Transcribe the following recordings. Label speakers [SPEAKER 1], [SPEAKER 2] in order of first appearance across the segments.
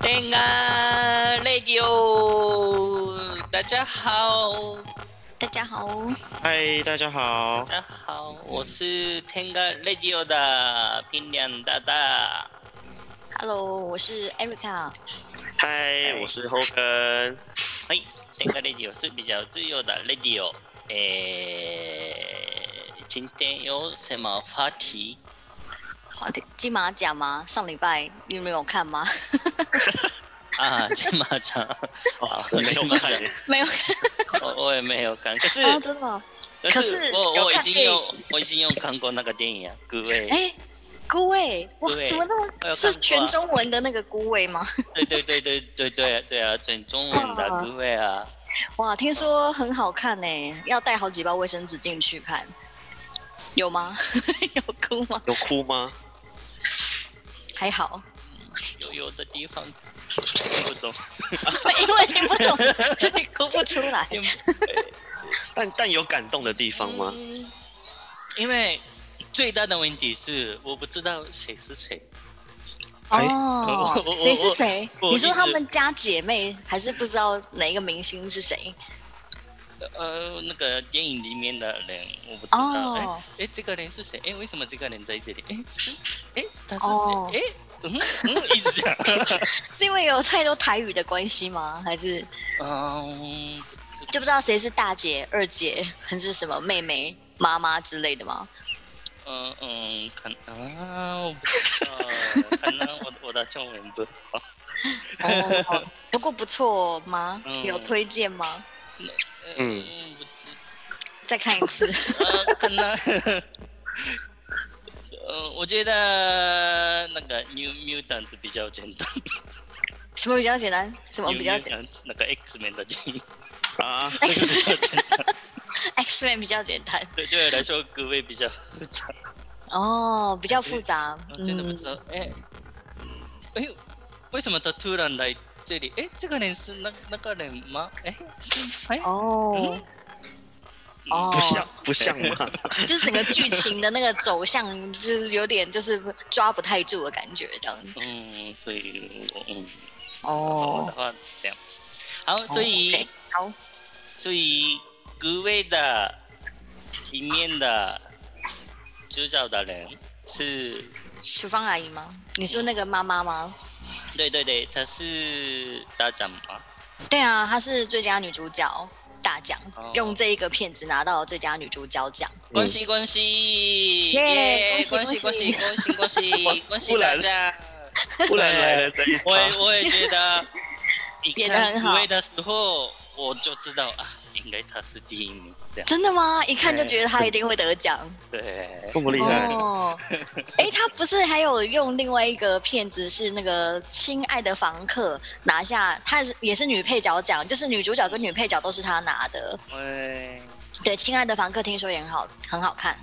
[SPEAKER 1] 天啊，radio，大家好，
[SPEAKER 2] 大家好，
[SPEAKER 3] 嗨，大家好
[SPEAKER 1] 大，家好，我是天啊 radio 的平凉大大。
[SPEAKER 2] ，Hello，我是 Erica。
[SPEAKER 3] 嗨，我是后根，
[SPEAKER 1] はい、天下レディオスビジャオズヨダレディオ、えー、今天有什么话题？
[SPEAKER 2] 好的，金马奖吗？上礼拜你们有看吗？
[SPEAKER 1] 啊，金马奖，
[SPEAKER 3] 哦
[SPEAKER 1] 没
[SPEAKER 3] 没有
[SPEAKER 1] 有
[SPEAKER 3] 看
[SPEAKER 1] 看，
[SPEAKER 2] 没有 看。
[SPEAKER 1] 我我也没有看，可是、
[SPEAKER 2] 哦，真的哦。
[SPEAKER 1] 可是
[SPEAKER 2] 可是
[SPEAKER 1] 我
[SPEAKER 2] 有
[SPEAKER 1] 我已
[SPEAKER 2] 看
[SPEAKER 1] 经有我已经有看过那个电影啊，各位，
[SPEAKER 2] 哎，孤味，哇
[SPEAKER 1] 对，
[SPEAKER 2] 怎么那
[SPEAKER 1] 我有看过啊
[SPEAKER 2] 么是全中文的那个孤味吗？
[SPEAKER 1] 对对对对对对对啊，整中文的
[SPEAKER 2] 哇
[SPEAKER 1] 各位啊，
[SPEAKER 2] 哇，听说很好看呢，要带好几包卫生纸进去看。有吗？ 有哭吗？
[SPEAKER 3] 有哭吗？
[SPEAKER 2] 还好，
[SPEAKER 1] 有有的地方听不懂，
[SPEAKER 2] 因为听不懂， 所以哭不出来。
[SPEAKER 1] 听
[SPEAKER 3] 但但有感动的地方吗？
[SPEAKER 1] 嗯因为最大的问题是我不知道谁是谁。
[SPEAKER 3] 哎
[SPEAKER 2] 哦
[SPEAKER 1] 我我，
[SPEAKER 2] 谁是谁？
[SPEAKER 1] 我我
[SPEAKER 2] 你说
[SPEAKER 1] 一直
[SPEAKER 2] 他们家姐妹，还是不知道哪一个明星是谁？
[SPEAKER 1] 呃，那个电影里面的人，我不知道。哎、
[SPEAKER 2] 哦
[SPEAKER 1] 哎，这个人是谁？哎，为什么这个人在这里？哎，是，哎，他是
[SPEAKER 2] 哦
[SPEAKER 1] 谁？哎、嗯嗯，一直这样。
[SPEAKER 2] 是因为有太多台语的关系吗？还是
[SPEAKER 1] 嗯，
[SPEAKER 2] 就不知道谁是大姐、二姐，还是什么妹妹、妈妈之类的吗？
[SPEAKER 1] 嗯嗯，可能啊，我不知道，可能我我的中文
[SPEAKER 2] 嗯
[SPEAKER 1] 不好。
[SPEAKER 2] 哦，不过不错吗
[SPEAKER 1] 嗯？
[SPEAKER 2] 有推荐吗？
[SPEAKER 3] 嗯
[SPEAKER 1] 嗯，不知
[SPEAKER 2] 再看一次。
[SPEAKER 1] 道，可 能。呃，我觉得那个 New Mutants 比较简单，
[SPEAKER 2] 什么比较简单？什么比较简
[SPEAKER 1] New Mutants 那个 X Men 的电影
[SPEAKER 3] 啊，
[SPEAKER 2] ？X
[SPEAKER 1] 比较简单。
[SPEAKER 2] X Man 比较简单
[SPEAKER 1] 对对我来说，格位比较复杂，
[SPEAKER 2] 哦，比较复杂
[SPEAKER 1] 我。真的不
[SPEAKER 2] 嗯
[SPEAKER 1] 知，道。哎、哎、为什么他突然来这里？哎、这个人是那那个人吗？哎、是哎、
[SPEAKER 2] 哦
[SPEAKER 1] 嗯
[SPEAKER 2] 哦
[SPEAKER 3] 不，像不像吗？
[SPEAKER 2] 就是整个剧情的那个走向，就是有点就是抓不太住的感觉，这样。
[SPEAKER 1] 嗯，所以我嗯，我的
[SPEAKER 2] 哦，
[SPEAKER 1] 话这样。好，所以、
[SPEAKER 2] OK，好，
[SPEAKER 1] 所以格位的里面的主角的人是，
[SPEAKER 2] 淑芳阿姨吗？你说那个妈妈吗？
[SPEAKER 1] 对对对，他是大奖吗？
[SPEAKER 2] 对啊，她是最佳女主角大奖，
[SPEAKER 1] 哦
[SPEAKER 2] 用这一个片子拿到最佳女主角奖。
[SPEAKER 1] 恭喜恭喜！
[SPEAKER 2] 耶
[SPEAKER 1] 恭
[SPEAKER 2] 恭
[SPEAKER 1] 喜
[SPEAKER 2] 喜
[SPEAKER 1] 恭喜恭喜恭喜恭喜
[SPEAKER 3] 不
[SPEAKER 1] 大
[SPEAKER 3] 然
[SPEAKER 1] 家！
[SPEAKER 3] 不然来了这一
[SPEAKER 1] 我也
[SPEAKER 3] 趴，
[SPEAKER 1] 我也觉得，一
[SPEAKER 2] 演得
[SPEAKER 1] 看
[SPEAKER 2] 很
[SPEAKER 1] 紫
[SPEAKER 2] 好
[SPEAKER 1] 薇的时候，我就知道啊，应该他是第一名，这样
[SPEAKER 2] 真的吗？一看就觉得她一定会得奖。
[SPEAKER 1] 对。
[SPEAKER 3] 这么厉害，
[SPEAKER 2] 哦，哎，她不是还有用另外一个片子是那个《亲爱的房客》拿下，她是也是女配角奖，就是女主角跟女配角都是她拿的。
[SPEAKER 1] 喂，
[SPEAKER 2] 对，《亲爱的房客》听说也很好，很好看，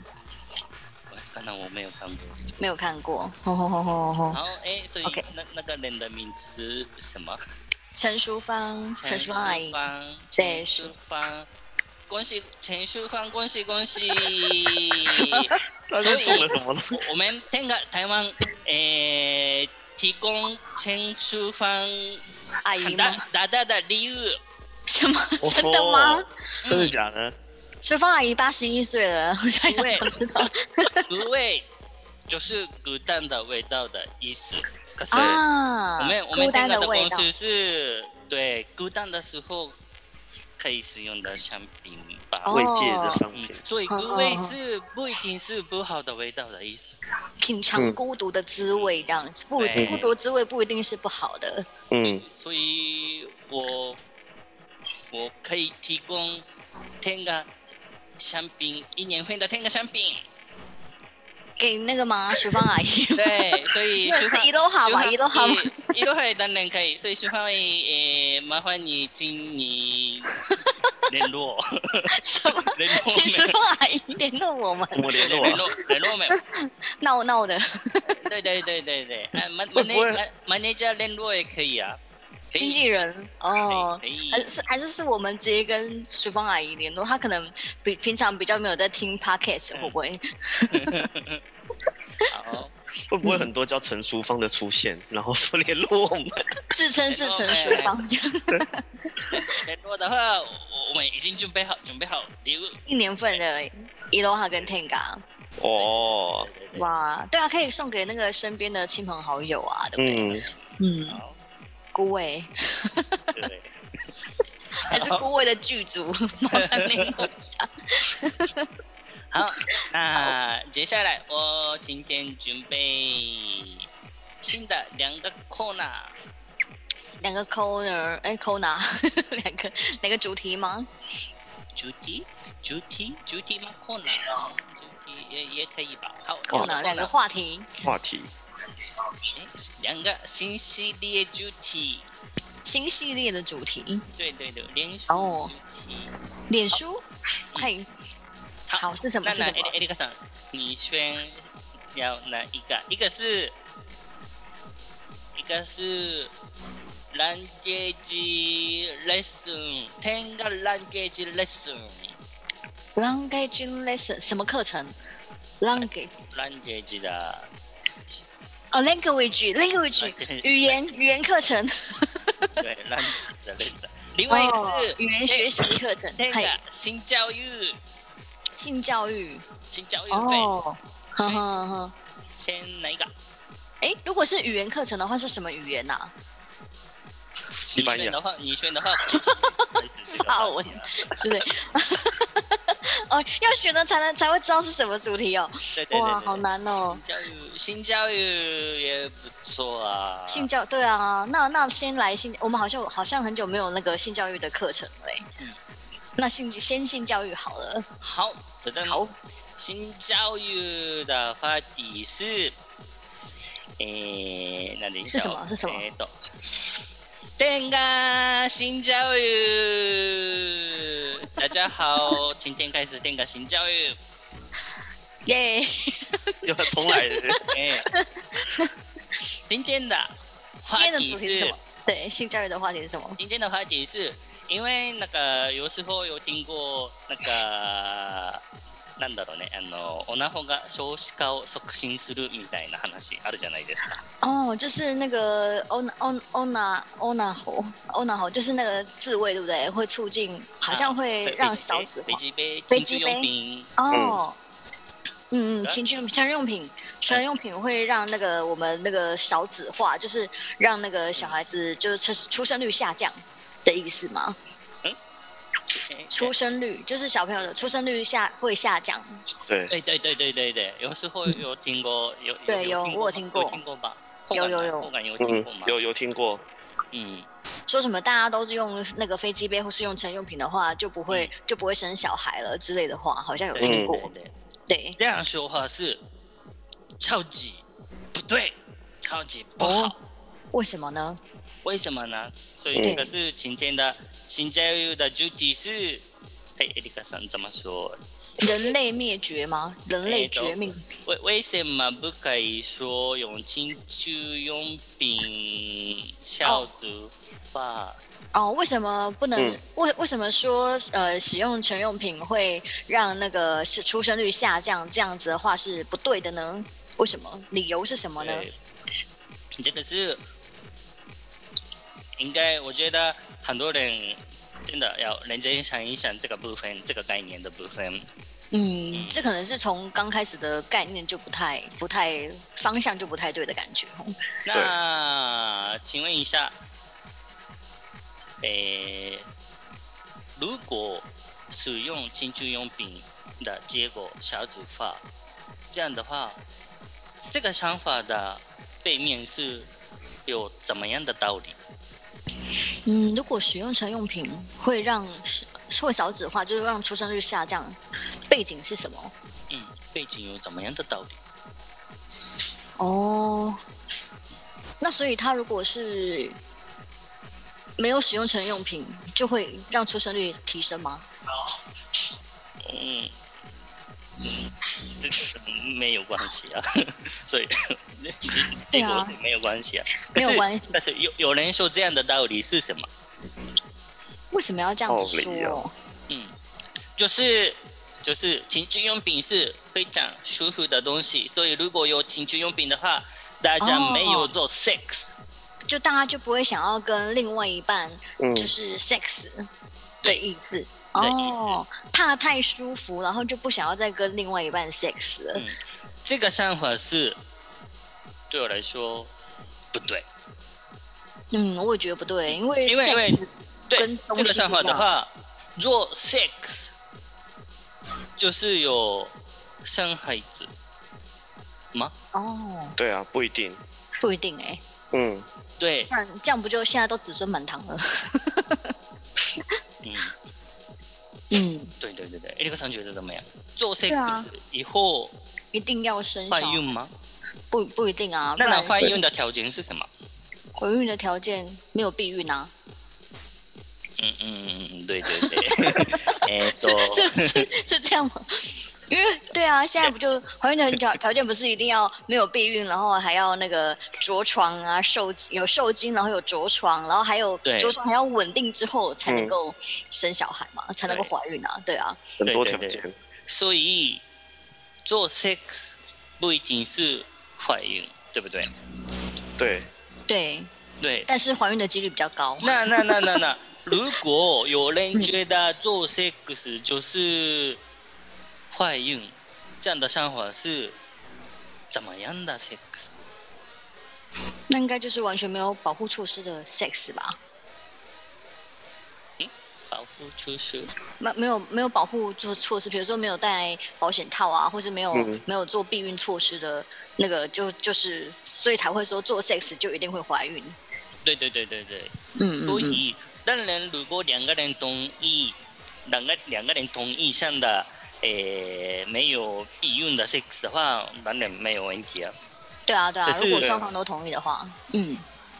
[SPEAKER 1] 喂可能我没有看过。
[SPEAKER 2] 没有看过。吼吼吼吼吼！
[SPEAKER 1] 好，哎，所以
[SPEAKER 2] OK
[SPEAKER 1] 那那个人的名字是什么？
[SPEAKER 2] 陈淑芳，陈淑芳阿姨，
[SPEAKER 1] 陈
[SPEAKER 2] 对
[SPEAKER 1] 淑芳。恭喜陈淑芳，恭喜恭喜！
[SPEAKER 3] 他是中了什么了？
[SPEAKER 1] 我们天个台湾诶、提供签书方
[SPEAKER 2] 阿姨吗？
[SPEAKER 1] 达达达的礼物，
[SPEAKER 2] 什么？真的吗？
[SPEAKER 3] 哦？真的假的？
[SPEAKER 2] 淑芳阿姨八十一岁了， 我想
[SPEAKER 1] 因为
[SPEAKER 2] 想知道
[SPEAKER 1] 不味就是孤单的味道的意思。可 是我
[SPEAKER 2] 啊
[SPEAKER 1] 们、我们天
[SPEAKER 2] 孤单
[SPEAKER 1] 个
[SPEAKER 2] 的
[SPEAKER 1] 的
[SPEAKER 2] 味
[SPEAKER 1] 公
[SPEAKER 2] 道
[SPEAKER 1] 司是对孤单的时候可以使用的商品吧。
[SPEAKER 2] 哦
[SPEAKER 3] 慰藉的商
[SPEAKER 1] 嗯
[SPEAKER 3] 品，，
[SPEAKER 1] 所以
[SPEAKER 2] 哦
[SPEAKER 1] 孤味
[SPEAKER 2] 哦哦
[SPEAKER 1] 是不一定是不好的味道的意思。
[SPEAKER 2] 品尝孤独的滋味，这样子不
[SPEAKER 1] 对
[SPEAKER 2] 孤独滋味不一定是不好的。
[SPEAKER 3] 嗯，
[SPEAKER 1] 所以我我可以提供天个商品，一年份的天个商品。
[SPEAKER 2] 给那 个吗？淑芳阿姨，
[SPEAKER 1] 对，所以
[SPEAKER 2] 那
[SPEAKER 1] 徐
[SPEAKER 2] 是
[SPEAKER 1] 芳
[SPEAKER 2] 伊，都哈吧，伊
[SPEAKER 1] 徐
[SPEAKER 2] 都哈
[SPEAKER 1] 芳
[SPEAKER 2] 吧，
[SPEAKER 1] 一一路海当然可以。所以徐芳诶、麻烦你，请你联络，
[SPEAKER 2] 什么？
[SPEAKER 1] 联络
[SPEAKER 2] 请淑芳阿姨联络我们，
[SPEAKER 3] 怎么联络
[SPEAKER 1] 联
[SPEAKER 3] 啊？
[SPEAKER 1] 络联络没有？
[SPEAKER 2] 闹闹的
[SPEAKER 1] 对对对对对，啊，马马
[SPEAKER 3] 会不会
[SPEAKER 1] 内马内加联络也可以啊，可以
[SPEAKER 2] 经纪人哦
[SPEAKER 1] 可。以可以
[SPEAKER 2] 还是还是是我们直接跟淑芳阿姨联络，她可能比
[SPEAKER 1] 嗯
[SPEAKER 2] 平常比较没有在听 podcast，会不会？
[SPEAKER 1] 好，
[SPEAKER 3] 会会不会很多叫陈淑芳的出现，然后说联络我们？
[SPEAKER 2] 自称是陈淑芳，这样
[SPEAKER 1] 联络的话，我我们已经准备好准备好礼物。
[SPEAKER 2] 一年份的 Eloha 跟 Tenga，
[SPEAKER 3] 哦，
[SPEAKER 1] 对对对
[SPEAKER 2] 哇，对啊，可以送给那个身边的亲朋好友啊，对不对？
[SPEAKER 3] 嗯，
[SPEAKER 2] 嗯，
[SPEAKER 1] 好，
[SPEAKER 2] 孤位
[SPEAKER 1] 对，
[SPEAKER 2] 还是孤位的 剧组，麻烦联络一下。
[SPEAKER 1] 好，那接下来我今天准备新的两个 corner，
[SPEAKER 2] 两个 corner，哎，corner，两 个两个主题吗？
[SPEAKER 1] 主题主题主题吗？corner，主题也也可以吧。好
[SPEAKER 2] corner 两个话题，
[SPEAKER 3] 话题
[SPEAKER 1] 诶两个新系列主题，
[SPEAKER 2] 新系列的主题，
[SPEAKER 1] 对对对，连续
[SPEAKER 2] 哦
[SPEAKER 1] 主题。
[SPEAKER 2] 脸书，嘿，好是什么
[SPEAKER 1] 那
[SPEAKER 2] 是
[SPEAKER 1] 那
[SPEAKER 2] 什
[SPEAKER 1] 艾
[SPEAKER 2] 么？
[SPEAKER 1] 艾丽卡桑，你选要哪一个？一个是，一个是 language lesson，听个 language lesson，language
[SPEAKER 2] language lesson 什么课程？language
[SPEAKER 1] 的
[SPEAKER 2] 哦，language language 语言语言课程，
[SPEAKER 1] 对 language 的 lesson。另外一个是
[SPEAKER 2] 哦语言学习课程，
[SPEAKER 1] 听
[SPEAKER 2] 嘿，
[SPEAKER 1] 个新教育，
[SPEAKER 2] 性教育
[SPEAKER 1] 新教育对，
[SPEAKER 2] 哦，呵呵呵。
[SPEAKER 1] 先哪一个？
[SPEAKER 2] 哎，如果是语言课程的话，是什么语言啊呐？
[SPEAKER 3] 西
[SPEAKER 1] 你
[SPEAKER 3] 班
[SPEAKER 1] 选
[SPEAKER 3] 牙
[SPEAKER 1] 的话，你选的话，
[SPEAKER 2] 法文， 对不对？ 哦，要选了才能才会知道是什么主题哦。
[SPEAKER 1] 对对对
[SPEAKER 2] 哇，
[SPEAKER 1] 对
[SPEAKER 2] 好难哦。
[SPEAKER 1] 教育，新教育也不错啊。
[SPEAKER 2] 性教对啊，那那先来性，我们好像好像很久没有那个性教育的课程了、欸。
[SPEAKER 1] 嗯
[SPEAKER 2] 那性先性教育好了，
[SPEAKER 1] 好，反正
[SPEAKER 2] 好，
[SPEAKER 1] 新教育的话题是，诶，那等一下
[SPEAKER 2] 是什么是什么
[SPEAKER 1] えーと天が新教育，大家好，今天开始天が新教育。
[SPEAKER 2] 耶、
[SPEAKER 3] 要重来了，
[SPEAKER 1] 诶，今天的话
[SPEAKER 2] 今天的
[SPEAKER 1] 题
[SPEAKER 2] 主题是什
[SPEAKER 1] 是
[SPEAKER 2] 么？对，性教育的话题是什么？
[SPEAKER 1] 今天的话题是，因为那个有时候有听过那个。なんだろうね、あの、オナホが少子化を促進するみたいな話あるじゃないですか。
[SPEAKER 2] 哦，就是那个欧欧欧娜欧娜猴欧娜猴，就是那个自慰，对不对？会促进，好像
[SPEAKER 1] 啊
[SPEAKER 2] 会让少子
[SPEAKER 1] 飞
[SPEAKER 2] 化。
[SPEAKER 1] 机杯、
[SPEAKER 2] 飞
[SPEAKER 1] 情
[SPEAKER 2] 机
[SPEAKER 1] 趣
[SPEAKER 2] 杯
[SPEAKER 1] 用品，
[SPEAKER 2] 哦，嗯嗯，
[SPEAKER 1] 对
[SPEAKER 2] 情趣用品、成人用品、成人用品会让那个我们那个少子化，就是让那个小孩子就是出出生率下降的意思吗？出生率就是小朋友的出生率下会下降，
[SPEAKER 3] 对，
[SPEAKER 1] 对对对对对对，有时候有听过，有
[SPEAKER 2] 对有我有听过
[SPEAKER 1] 有听过吧？
[SPEAKER 2] 有有有
[SPEAKER 1] 后感有听
[SPEAKER 3] 嗯
[SPEAKER 1] 过吗，？
[SPEAKER 3] 有有听过，
[SPEAKER 1] 嗯，
[SPEAKER 2] 说什么大家都是用那个飞机杯或是用成人用品的话，就不会、就不会生小孩了之类的话，好像有听
[SPEAKER 1] 对
[SPEAKER 2] 过。
[SPEAKER 1] 对对，
[SPEAKER 2] 对，
[SPEAKER 1] 这样说话是超级不对，超级不好，
[SPEAKER 2] 为什么呢？
[SPEAKER 1] 为什么呢？所以这个是今天的新加入的主题是，哎，艾丽卡さん怎么说？
[SPEAKER 2] 人类灭绝吗？人类
[SPEAKER 1] 哎都
[SPEAKER 2] 绝命？
[SPEAKER 1] 为为什么不可以说用情趣用品消毒法？
[SPEAKER 2] 哦，为什么不能？
[SPEAKER 3] 嗯
[SPEAKER 2] 为为什么说呃，使用成用品会让那个是出生率下降？这样子的话是不对的呢？为什么？理由是什么呢？
[SPEAKER 1] 对，这个是应该，我觉得很多人真的要认真想一想这个部分，这个概念的部分。
[SPEAKER 2] 嗯，这可能是从刚开始的概念就不太、不太方向就不太对的感觉。哦
[SPEAKER 1] 那请问一下，诶，如果使用情趣用品的结果小组化，这样的话，这个想法的背面是有怎么样的道理？
[SPEAKER 2] 嗯，如果使用成用品会让会少子化，就是让出生率下降，背景是什么？
[SPEAKER 1] 嗯，背景有怎么样的道理？
[SPEAKER 2] 哦，那所以他如果是没有使用成人用品，就会让出生率提升吗？
[SPEAKER 1] 哦嗯，嗯，这个没有关系啊， 所以结 结
[SPEAKER 2] 对啊
[SPEAKER 1] 果是没有关系啊，
[SPEAKER 2] 没有
[SPEAKER 1] 可是
[SPEAKER 2] 关系
[SPEAKER 1] 但是有有人说这样的道理是什么？
[SPEAKER 2] 为什么要这样子
[SPEAKER 3] 道理
[SPEAKER 2] 说？
[SPEAKER 1] 嗯，就是就是情趣用品是非常舒服的东西，所以如果有情趣用品的话，大家
[SPEAKER 2] 哦
[SPEAKER 1] 没有做 sex，、
[SPEAKER 2] 就大家就不会想要跟另外一半
[SPEAKER 3] 嗯
[SPEAKER 2] 就是 sex 的
[SPEAKER 1] 对
[SPEAKER 2] 意志。
[SPEAKER 1] 的意思
[SPEAKER 2] 哦，怕太舒服，然后就不想要再跟另外一半 sex 了。
[SPEAKER 1] 嗯这个想法是对我来说不对。
[SPEAKER 2] 嗯，我也觉得不对，因为
[SPEAKER 1] 因为因为
[SPEAKER 2] sex
[SPEAKER 1] 对
[SPEAKER 2] 跟
[SPEAKER 1] 这
[SPEAKER 2] 东
[SPEAKER 1] 个
[SPEAKER 2] 西
[SPEAKER 1] 想法
[SPEAKER 2] 不一
[SPEAKER 1] 的
[SPEAKER 2] 样
[SPEAKER 1] 话，做 sex 就是有伤害子，
[SPEAKER 2] 哦
[SPEAKER 3] 对啊，不一定。
[SPEAKER 2] 不一定哎、
[SPEAKER 3] 嗯，
[SPEAKER 1] 对，
[SPEAKER 2] 不然这样不就现在都子孙满堂了？
[SPEAKER 1] 嗯，
[SPEAKER 2] 嗯，
[SPEAKER 1] 对对对对，艾利克桑觉得怎么样？做
[SPEAKER 2] 啊
[SPEAKER 1] sex 以后
[SPEAKER 2] 一定要生
[SPEAKER 1] 怀
[SPEAKER 2] 小
[SPEAKER 1] 孕吗？
[SPEAKER 2] 不不一定啊，
[SPEAKER 1] 那
[SPEAKER 2] 不
[SPEAKER 1] 那
[SPEAKER 2] 然
[SPEAKER 1] 怀孕的条件是什么？
[SPEAKER 2] 怀孕的条件没有避孕啊，
[SPEAKER 1] 嗯嗯嗯嗯，对对对，哎，
[SPEAKER 2] 是是是是这样吗？因为对啊，现在不就怀孕的条条件不是一定要没有避孕，然后还要那个着床啊，受有受精，然后有着床，然后还有
[SPEAKER 1] 对
[SPEAKER 2] 着床还要稳定之后才能
[SPEAKER 3] 嗯
[SPEAKER 2] 够生小孩嘛，才能够怀孕啊，对啊，
[SPEAKER 3] 很多条
[SPEAKER 1] 对对
[SPEAKER 3] 件。
[SPEAKER 1] 所以做 sex 不一定是怀孕，对不对？
[SPEAKER 3] 对，
[SPEAKER 2] 对，
[SPEAKER 1] 对，
[SPEAKER 2] 但是怀孕的几率比较高。
[SPEAKER 1] 那那那那那，如果有人觉得做 sex 就是怀孕，这样的想法是怎么样的 sex？
[SPEAKER 2] 那应该就是完全没有保护措施的 sex 吧？
[SPEAKER 1] 保护措施？
[SPEAKER 2] 没没有没有保护措措施，比如说没有戴保险套啊，或是没有、
[SPEAKER 3] 嗯
[SPEAKER 2] 没有做避孕措施的那个就，就是所以才会说做 sex 就一定会怀孕。
[SPEAKER 1] 对对对对对，
[SPEAKER 2] 嗯，
[SPEAKER 1] 所
[SPEAKER 2] 嗯嗯
[SPEAKER 1] 以当然，如果两个人同意，两个两个人同意这样的。诶、没有避孕的 sex 的话，当然没有问题啊。
[SPEAKER 2] 对啊对啊
[SPEAKER 1] 可，是
[SPEAKER 2] 如果双方都同意的话，嗯，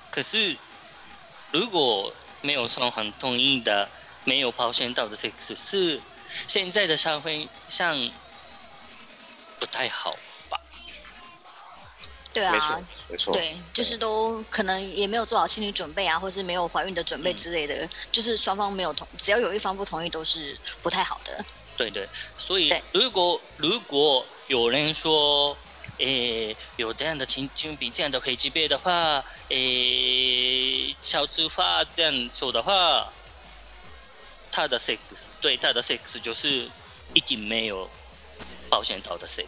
[SPEAKER 1] 可是，如果没有双方同意的，没有保险到的 sex 是现在的社会上不太好吧？
[SPEAKER 2] 对
[SPEAKER 3] 没
[SPEAKER 2] 啊
[SPEAKER 3] 错，，没错。
[SPEAKER 2] 对，就是都可能也没有做好心理准备啊，或是没有怀孕的准备
[SPEAKER 3] 嗯
[SPEAKER 2] 之类的，就是双方没有同，只要有一方不同意都是不太好的。
[SPEAKER 1] 对对，所以
[SPEAKER 2] 对
[SPEAKER 1] 如果如果有人说，诶，有这样的情景比这样的配置备的话，诶，小猪发这样说的话，他的 sex 对他的 sex 就是一定没有保险到的 sex。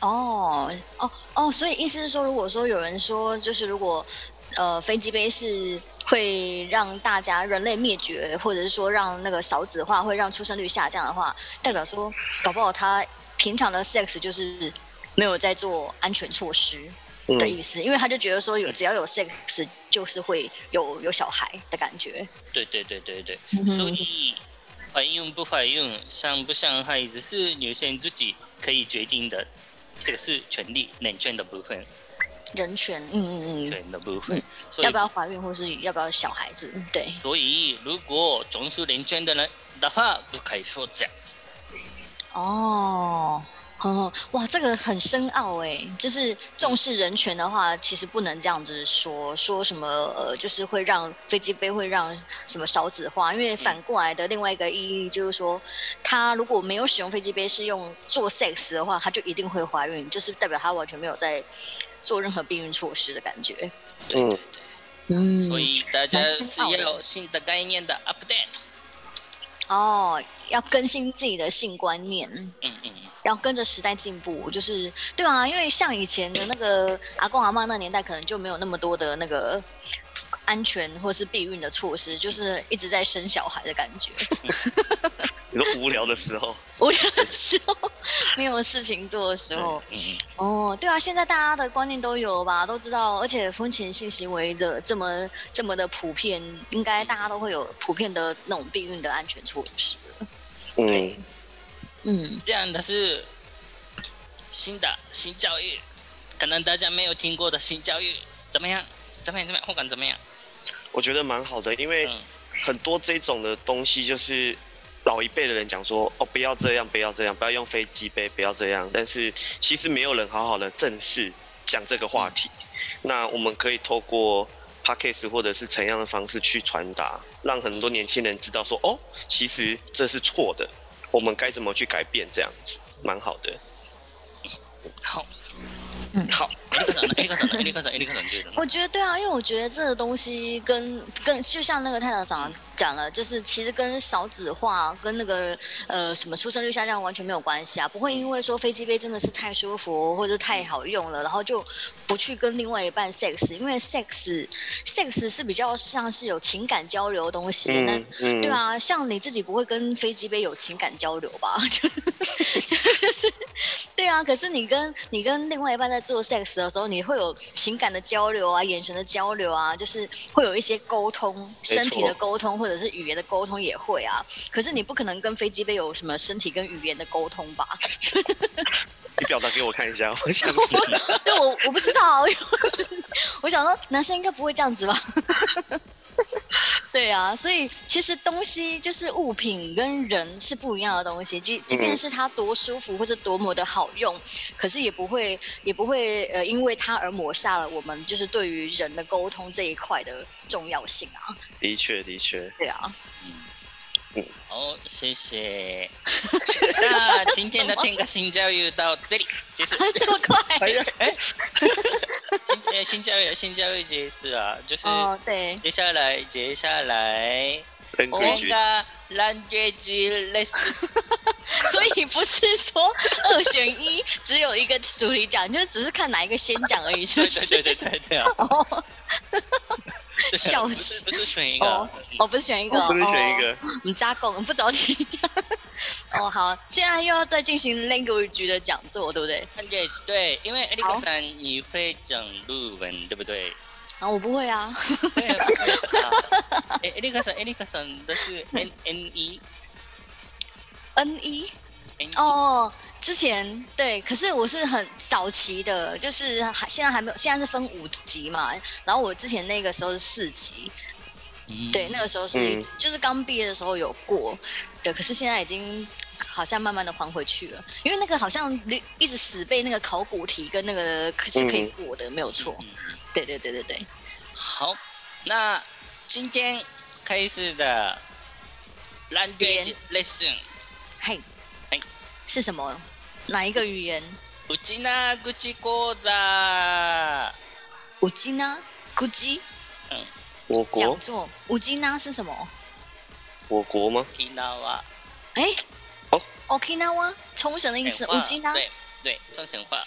[SPEAKER 2] 哦哦哦，所以意思是说，如果说有人说，就是如果呃飞机杯是会让大家人类灭绝，或者是说让那个少子化会让出生率下降的话，代表说搞不好他平常的 sex 就是没有在做安全措施的
[SPEAKER 3] 嗯，
[SPEAKER 2] 意思，因为他就觉得说有只要有 sex 就是会有有小孩的感觉。
[SPEAKER 1] 对对对对对，
[SPEAKER 2] 嗯哼
[SPEAKER 1] 所以怀孕不怀孕、伤不伤害，只是女性自己可以决定的，这个是权利、人权的部分，
[SPEAKER 2] 人权，嗯嗯嗯，
[SPEAKER 1] 权的部分。所
[SPEAKER 2] 要
[SPEAKER 1] 以
[SPEAKER 2] 不，要怀孕或是要不要小孩子？嗯对，
[SPEAKER 1] 所以如果从事人权的人的话，不可以说这样。
[SPEAKER 2] 哦，哦，哇，这个很深奥哎，就是重视人权的话，其实不能这样子说，说什么呃，就是会让飞机杯会让什么少子化，因为反过来的另外一个意义就是说，他如果没有使用飞机杯，是用做 sex 的话，他就一定会怀孕，就是代表他完全没有在做任何避孕措施的感觉。
[SPEAKER 1] 对对对，
[SPEAKER 2] 嗯
[SPEAKER 1] 所以大家
[SPEAKER 2] 蛮深
[SPEAKER 1] 是
[SPEAKER 2] 奥的
[SPEAKER 1] 要有新的概念的 update。
[SPEAKER 2] 哦，要更新自己的性观念。
[SPEAKER 1] 嗯嗯嗯，
[SPEAKER 2] 然后跟着时代进步，就是对啊，因为像以前的那个阿公阿嬷那年代，可能就没有那么多的那个安全或是避孕的措施，就是一直在生小孩的感 觉。
[SPEAKER 3] 你说无聊的时候，
[SPEAKER 2] 无聊的时候，没有事情做的时候，
[SPEAKER 1] 嗯嗯
[SPEAKER 2] 哦，对啊，现在大家的观念都有吧，都知道，而且婚前性行为的这么这么的普遍，应该大家都会有普遍的那种避孕的安全措施了。
[SPEAKER 3] 嗯，
[SPEAKER 2] 嗯，
[SPEAKER 1] 这样的是新的新教育，可能大家没有听过的新教育，怎么样？怎么样？怎么样？后感怎么样？
[SPEAKER 3] 我觉得蛮好的，因为
[SPEAKER 1] 嗯
[SPEAKER 3] 很多这种的东西就是。老一辈的人讲说，哦，不要这样，不要这样，不要用飞机杯，不要这样。但是其实没有人好好的正视讲这个话题。
[SPEAKER 2] 嗯
[SPEAKER 3] 那我们可以透过 p a c k a g e 或者是怎样的方式去传达，让很多年轻人知道说，哦，其实这是错的，我们该怎么去改变，这样子蛮好的。
[SPEAKER 1] 好，
[SPEAKER 2] 嗯
[SPEAKER 3] 好，
[SPEAKER 1] エリカさん、エリカさん、エリカさん、エリカさん觉得呢？
[SPEAKER 2] 我觉得对啊，因为我觉得这个东西跟跟就像那个太长长讲了，就是其实跟少子化跟那个呃什么出生率下降完全没有关系啊，不会因为说飞机杯真的是太舒服或者太好用了，然后就不去跟另外一半 sex，因为 sex sex 是比较像是有情感交流的东西，那
[SPEAKER 3] 嗯嗯，
[SPEAKER 2] 对啊，像你自己不会跟飞机杯有情感交流吧？ 就是，对啊。可是你跟你跟另外一半在做 sex 的时候，你会有情感的交流啊，眼神的交流啊，就是会有一些沟通，
[SPEAKER 3] 没错
[SPEAKER 2] 身体的沟通或者是语言的沟通也会啊。可是你不可能跟飞机杯有什么身体跟语言的沟通吧？
[SPEAKER 3] 你表达给我看一下，我想
[SPEAKER 2] 对我我不知道，我想说男生应该不会这样子吧。 对啊，所以其实东西就是物品跟人是不一样的东西，即即便是它多舒服或者多么的好用，可是也不会也不会呃因为它而抹杀了我们就是对于人的沟通这一块的重要性啊。
[SPEAKER 3] 的确的确，
[SPEAKER 2] 对啊，
[SPEAKER 1] 嗯好，谢谢。那今天的天歌新教育到这里结束。
[SPEAKER 2] 这么 快？
[SPEAKER 3] 哎呀，
[SPEAKER 1] 新呃新教育新教育结束啊，就是
[SPEAKER 2] 哦，对，
[SPEAKER 1] 接下来接下来
[SPEAKER 3] 很
[SPEAKER 2] 哦
[SPEAKER 1] 我
[SPEAKER 3] 规
[SPEAKER 1] 们
[SPEAKER 3] 矩，
[SPEAKER 1] 的 language lesson
[SPEAKER 2] 所以不是说二选一，只有一个主题讲，就只是看哪一个先讲而已，是
[SPEAKER 1] 对
[SPEAKER 2] 不是？
[SPEAKER 1] 对对对对对啊，
[SPEAKER 2] 哦。
[SPEAKER 1] 对啊
[SPEAKER 2] 笑
[SPEAKER 1] 不
[SPEAKER 2] 死
[SPEAKER 1] 是不是选一
[SPEAKER 2] 哦
[SPEAKER 1] 个，
[SPEAKER 2] 我不是选一个，哦
[SPEAKER 3] 我哦不是选一个，
[SPEAKER 2] 你 扎工不早点。哦，好，现在又要再进行 language 的讲座，对不对？
[SPEAKER 1] language 对，因为 Erica
[SPEAKER 2] 好
[SPEAKER 1] さん你会讲日文对不对？
[SPEAKER 2] 啊，我不会啊，
[SPEAKER 1] 对啊对啊，哎，Erica さん Erica さん的是 N N E
[SPEAKER 2] N 一
[SPEAKER 1] N
[SPEAKER 2] 哦，之前对，可是我是很早期的，就是还现在还没有，现在是分五级嘛，然后我之前那个时候是四级，
[SPEAKER 1] E
[SPEAKER 2] 对，那个时候是、
[SPEAKER 3] 嗯
[SPEAKER 2] 就是刚毕业的时候有过，对，可是现在已经好像慢慢的还回去了，因为那个好像一直死背那个考古题跟那个可是可以过的，没有错，
[SPEAKER 1] 嗯
[SPEAKER 2] 对对对对对，
[SPEAKER 1] 好，那今天开始的 language lesson，
[SPEAKER 2] 嘿，
[SPEAKER 1] 嘿
[SPEAKER 2] 是什么？哪一个语言？
[SPEAKER 1] うちなぐち講座。
[SPEAKER 2] 五金呢？古基
[SPEAKER 3] 我
[SPEAKER 2] 讲
[SPEAKER 3] 国
[SPEAKER 2] 座，五金呢是什么？
[SPEAKER 1] 哦
[SPEAKER 3] 我国吗？
[SPEAKER 1] 沖縄
[SPEAKER 2] 哎、
[SPEAKER 3] 哦
[SPEAKER 2] Okinawa 冲绳的意思，
[SPEAKER 1] 神话
[SPEAKER 2] 五金呢？
[SPEAKER 1] 哎对对，冲绳话。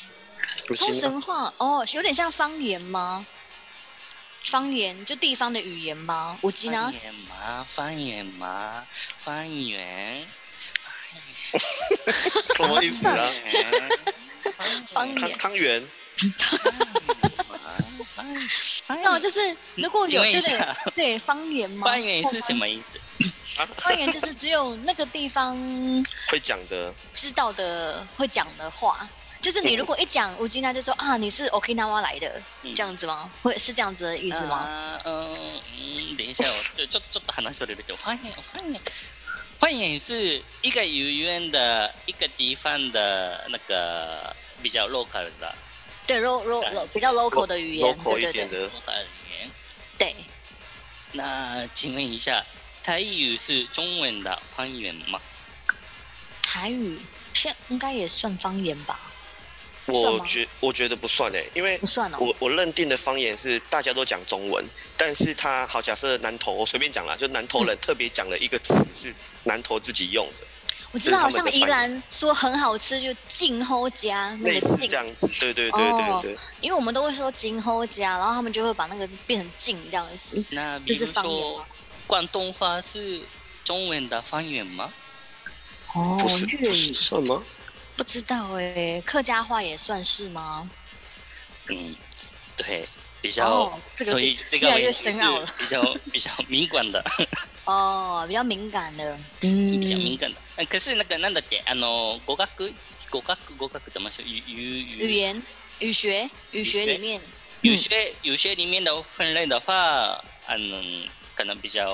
[SPEAKER 3] 不
[SPEAKER 2] 冲
[SPEAKER 3] 行啊，
[SPEAKER 2] 绳话哦，有点像方言吗？方言就地方的语言吗？五金呢
[SPEAKER 1] 方？言吗？方言吗？方言。
[SPEAKER 3] 什么意思啊？
[SPEAKER 1] 方
[SPEAKER 2] 方
[SPEAKER 1] 言
[SPEAKER 3] 汤
[SPEAKER 2] 言
[SPEAKER 3] 汤圆，
[SPEAKER 1] 方言方
[SPEAKER 2] 哦，
[SPEAKER 1] 言
[SPEAKER 2] 就是如果有
[SPEAKER 1] 请问一
[SPEAKER 2] 对
[SPEAKER 1] 下
[SPEAKER 2] 对对方言吗？哦
[SPEAKER 1] 方言是什？么意思？
[SPEAKER 2] 方言就是只有那个地方
[SPEAKER 3] 啊会讲的，
[SPEAKER 2] 知道的会讲的话，就是你如果一讲乌吉那，就说啊你是 Okinawa 来的，
[SPEAKER 1] 嗯
[SPEAKER 2] 这样子吗？会是这样子的意思
[SPEAKER 3] 啊
[SPEAKER 2] 吗？
[SPEAKER 1] あーうーん等一下，我呃就ちょちょっと話しとれるけど、方言方言方言是一个语言的一个地方的那个比较 local 的
[SPEAKER 2] 对，lo lo lo 比较 local 的语言，
[SPEAKER 3] local
[SPEAKER 2] 对
[SPEAKER 3] 一
[SPEAKER 2] 对
[SPEAKER 1] 呃
[SPEAKER 3] 点
[SPEAKER 2] 对
[SPEAKER 3] 的
[SPEAKER 1] local 语言。
[SPEAKER 2] 对。
[SPEAKER 1] 那请问一下，台语是中文的方言吗？
[SPEAKER 2] 台语现应该也算方言吧？算
[SPEAKER 3] 我
[SPEAKER 2] 吗
[SPEAKER 3] 觉我觉得不算哎，因为
[SPEAKER 2] 不算哦。
[SPEAKER 3] 我我认定的方言是大家都讲中文，但是他好假设南投，我随便讲啦，就南投
[SPEAKER 2] 嗯
[SPEAKER 3] 人特别讲了一个词是南投自己用的，
[SPEAKER 2] 我知道，
[SPEAKER 3] 这是他们
[SPEAKER 2] 像
[SPEAKER 3] 的
[SPEAKER 2] 宜兰说很好吃，就静候家那
[SPEAKER 3] 类
[SPEAKER 2] 个哦
[SPEAKER 3] 似
[SPEAKER 2] 静
[SPEAKER 3] 这，样子，对对对对对，
[SPEAKER 2] 因为我们都会说静候家，然后他们就会把那个变成静这样子。
[SPEAKER 1] 那比
[SPEAKER 2] 这是
[SPEAKER 1] 如
[SPEAKER 2] 方言
[SPEAKER 1] 说
[SPEAKER 2] 吗
[SPEAKER 1] 广东话是中文的方言吗？
[SPEAKER 2] 哦
[SPEAKER 3] 不是，
[SPEAKER 2] 粤
[SPEAKER 3] 不是
[SPEAKER 2] 语
[SPEAKER 3] 算吗？
[SPEAKER 2] 不知道哎，客家话也算是吗？
[SPEAKER 1] 嗯，对，比较、
[SPEAKER 2] 哦，这个
[SPEAKER 1] 所以这个
[SPEAKER 2] 越来越
[SPEAKER 1] 问题
[SPEAKER 2] 深
[SPEAKER 1] 是
[SPEAKER 2] 奥了
[SPEAKER 1] 比较比较敏感的。
[SPEAKER 2] 哦，比较敏感的，
[SPEAKER 1] 比较
[SPEAKER 2] 嗯，
[SPEAKER 1] 敏感的。嗯可是那个なんだっけあの語学語学語学怎么说？语语
[SPEAKER 2] 语
[SPEAKER 1] 语
[SPEAKER 2] 言、语学、语学里面，
[SPEAKER 1] 有些有些里面的分类的话，嗯，可能比较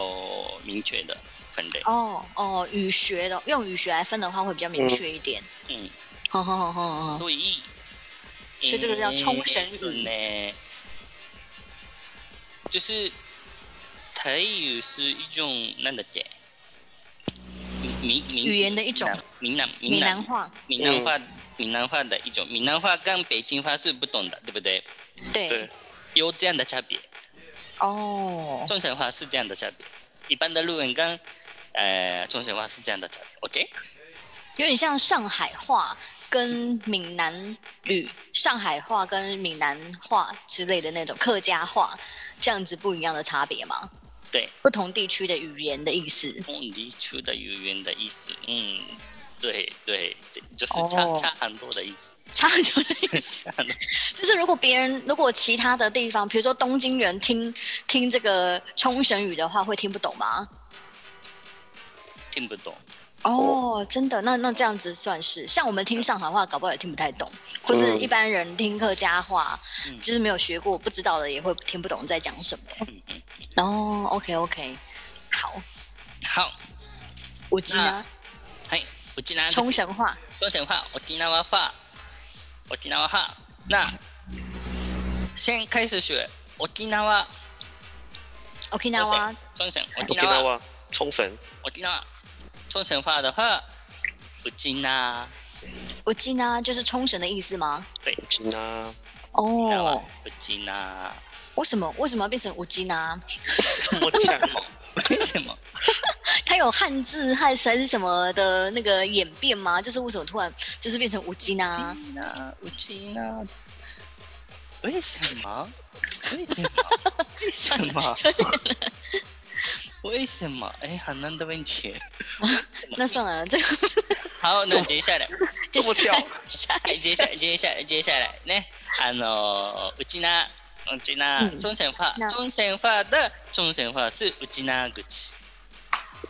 [SPEAKER 1] 明确的分类。
[SPEAKER 2] 哦哦，语学的用语学来分的话会比较明确一点。
[SPEAKER 1] 嗯，
[SPEAKER 2] 好好好好好，
[SPEAKER 1] 所以
[SPEAKER 2] 所以这个叫冲绳语
[SPEAKER 1] 呢，就是台语是一种なんだっけ？嗯闽闽
[SPEAKER 2] 语言的一种
[SPEAKER 1] 闽南
[SPEAKER 2] 闽
[SPEAKER 1] 闽
[SPEAKER 2] 南
[SPEAKER 1] 南
[SPEAKER 2] 话，
[SPEAKER 1] 闽南话闽南话的一种，闽南话跟北京话是不同的，对不对？
[SPEAKER 2] 对
[SPEAKER 3] 对，
[SPEAKER 1] 有这样的差别，
[SPEAKER 2] 哦，
[SPEAKER 1] 冲绳话是这样的差别，一般的日文跟呃冲绳话是这样的差别，OK？
[SPEAKER 2] 有点像上海话跟闽南语、上海话跟闽南话之类的那种客家话，这样子不一样的差别吗？
[SPEAKER 1] 对，
[SPEAKER 2] 不同地区的语言的意思。
[SPEAKER 1] 风离出的语言的意思，嗯，对对，这就是
[SPEAKER 2] 哦
[SPEAKER 1] 差、差很多的意思。
[SPEAKER 2] 差很多的意思。就是如果别人，如果其他的地方，比如说东京人听听这个冲绳语的话，会听不懂吗？
[SPEAKER 1] 听不懂，
[SPEAKER 2] 哦，真的，那那这样子算是像我们听上海话，搞不好也听不太懂，或是
[SPEAKER 3] 嗯
[SPEAKER 2] 一般人听客家话，
[SPEAKER 1] 嗯
[SPEAKER 2] 就是没有学过不知道的，也会听不懂在讲什么。
[SPEAKER 1] 嗯嗯，
[SPEAKER 2] 哦，OK OK，好，
[SPEAKER 1] 好，
[SPEAKER 2] 我记得
[SPEAKER 1] 嗨，我竟然
[SPEAKER 2] 冲绳话，
[SPEAKER 1] 说神话，我听那话，我听那话，那先开始学，我听那话，冲绳，我听
[SPEAKER 2] okinawa
[SPEAKER 3] 啊我听
[SPEAKER 1] 那话，
[SPEAKER 3] 到哇，冲绳，
[SPEAKER 1] 我听那冲绳话的话，我听那，
[SPEAKER 2] 我记得就是冲绳的意思吗？
[SPEAKER 1] 对，
[SPEAKER 3] 吉 娜，
[SPEAKER 1] 听那话
[SPEAKER 2] 哦，，
[SPEAKER 1] 我听那，
[SPEAKER 2] 为什么为什么要变成我记呢？
[SPEAKER 3] 怎么讲？
[SPEAKER 1] 为什么？
[SPEAKER 2] 它有汉字汉还是什么的那个演变吗？就是为什么突然就是变成啊乌鸡呢？
[SPEAKER 1] 听那，我听那，为什么？为什么？为什么？为什么？哎，很难的问题。
[SPEAKER 2] 那算了，这个
[SPEAKER 1] 好，那接下来。
[SPEAKER 3] 这么跳，
[SPEAKER 1] はい、接下来，接下来，接下来ね、あのーうちな、うちな、
[SPEAKER 2] うん
[SPEAKER 1] チョンセンフ
[SPEAKER 2] うちな
[SPEAKER 1] ァ、チョンセンファだ、チョンセンファす、うちな口。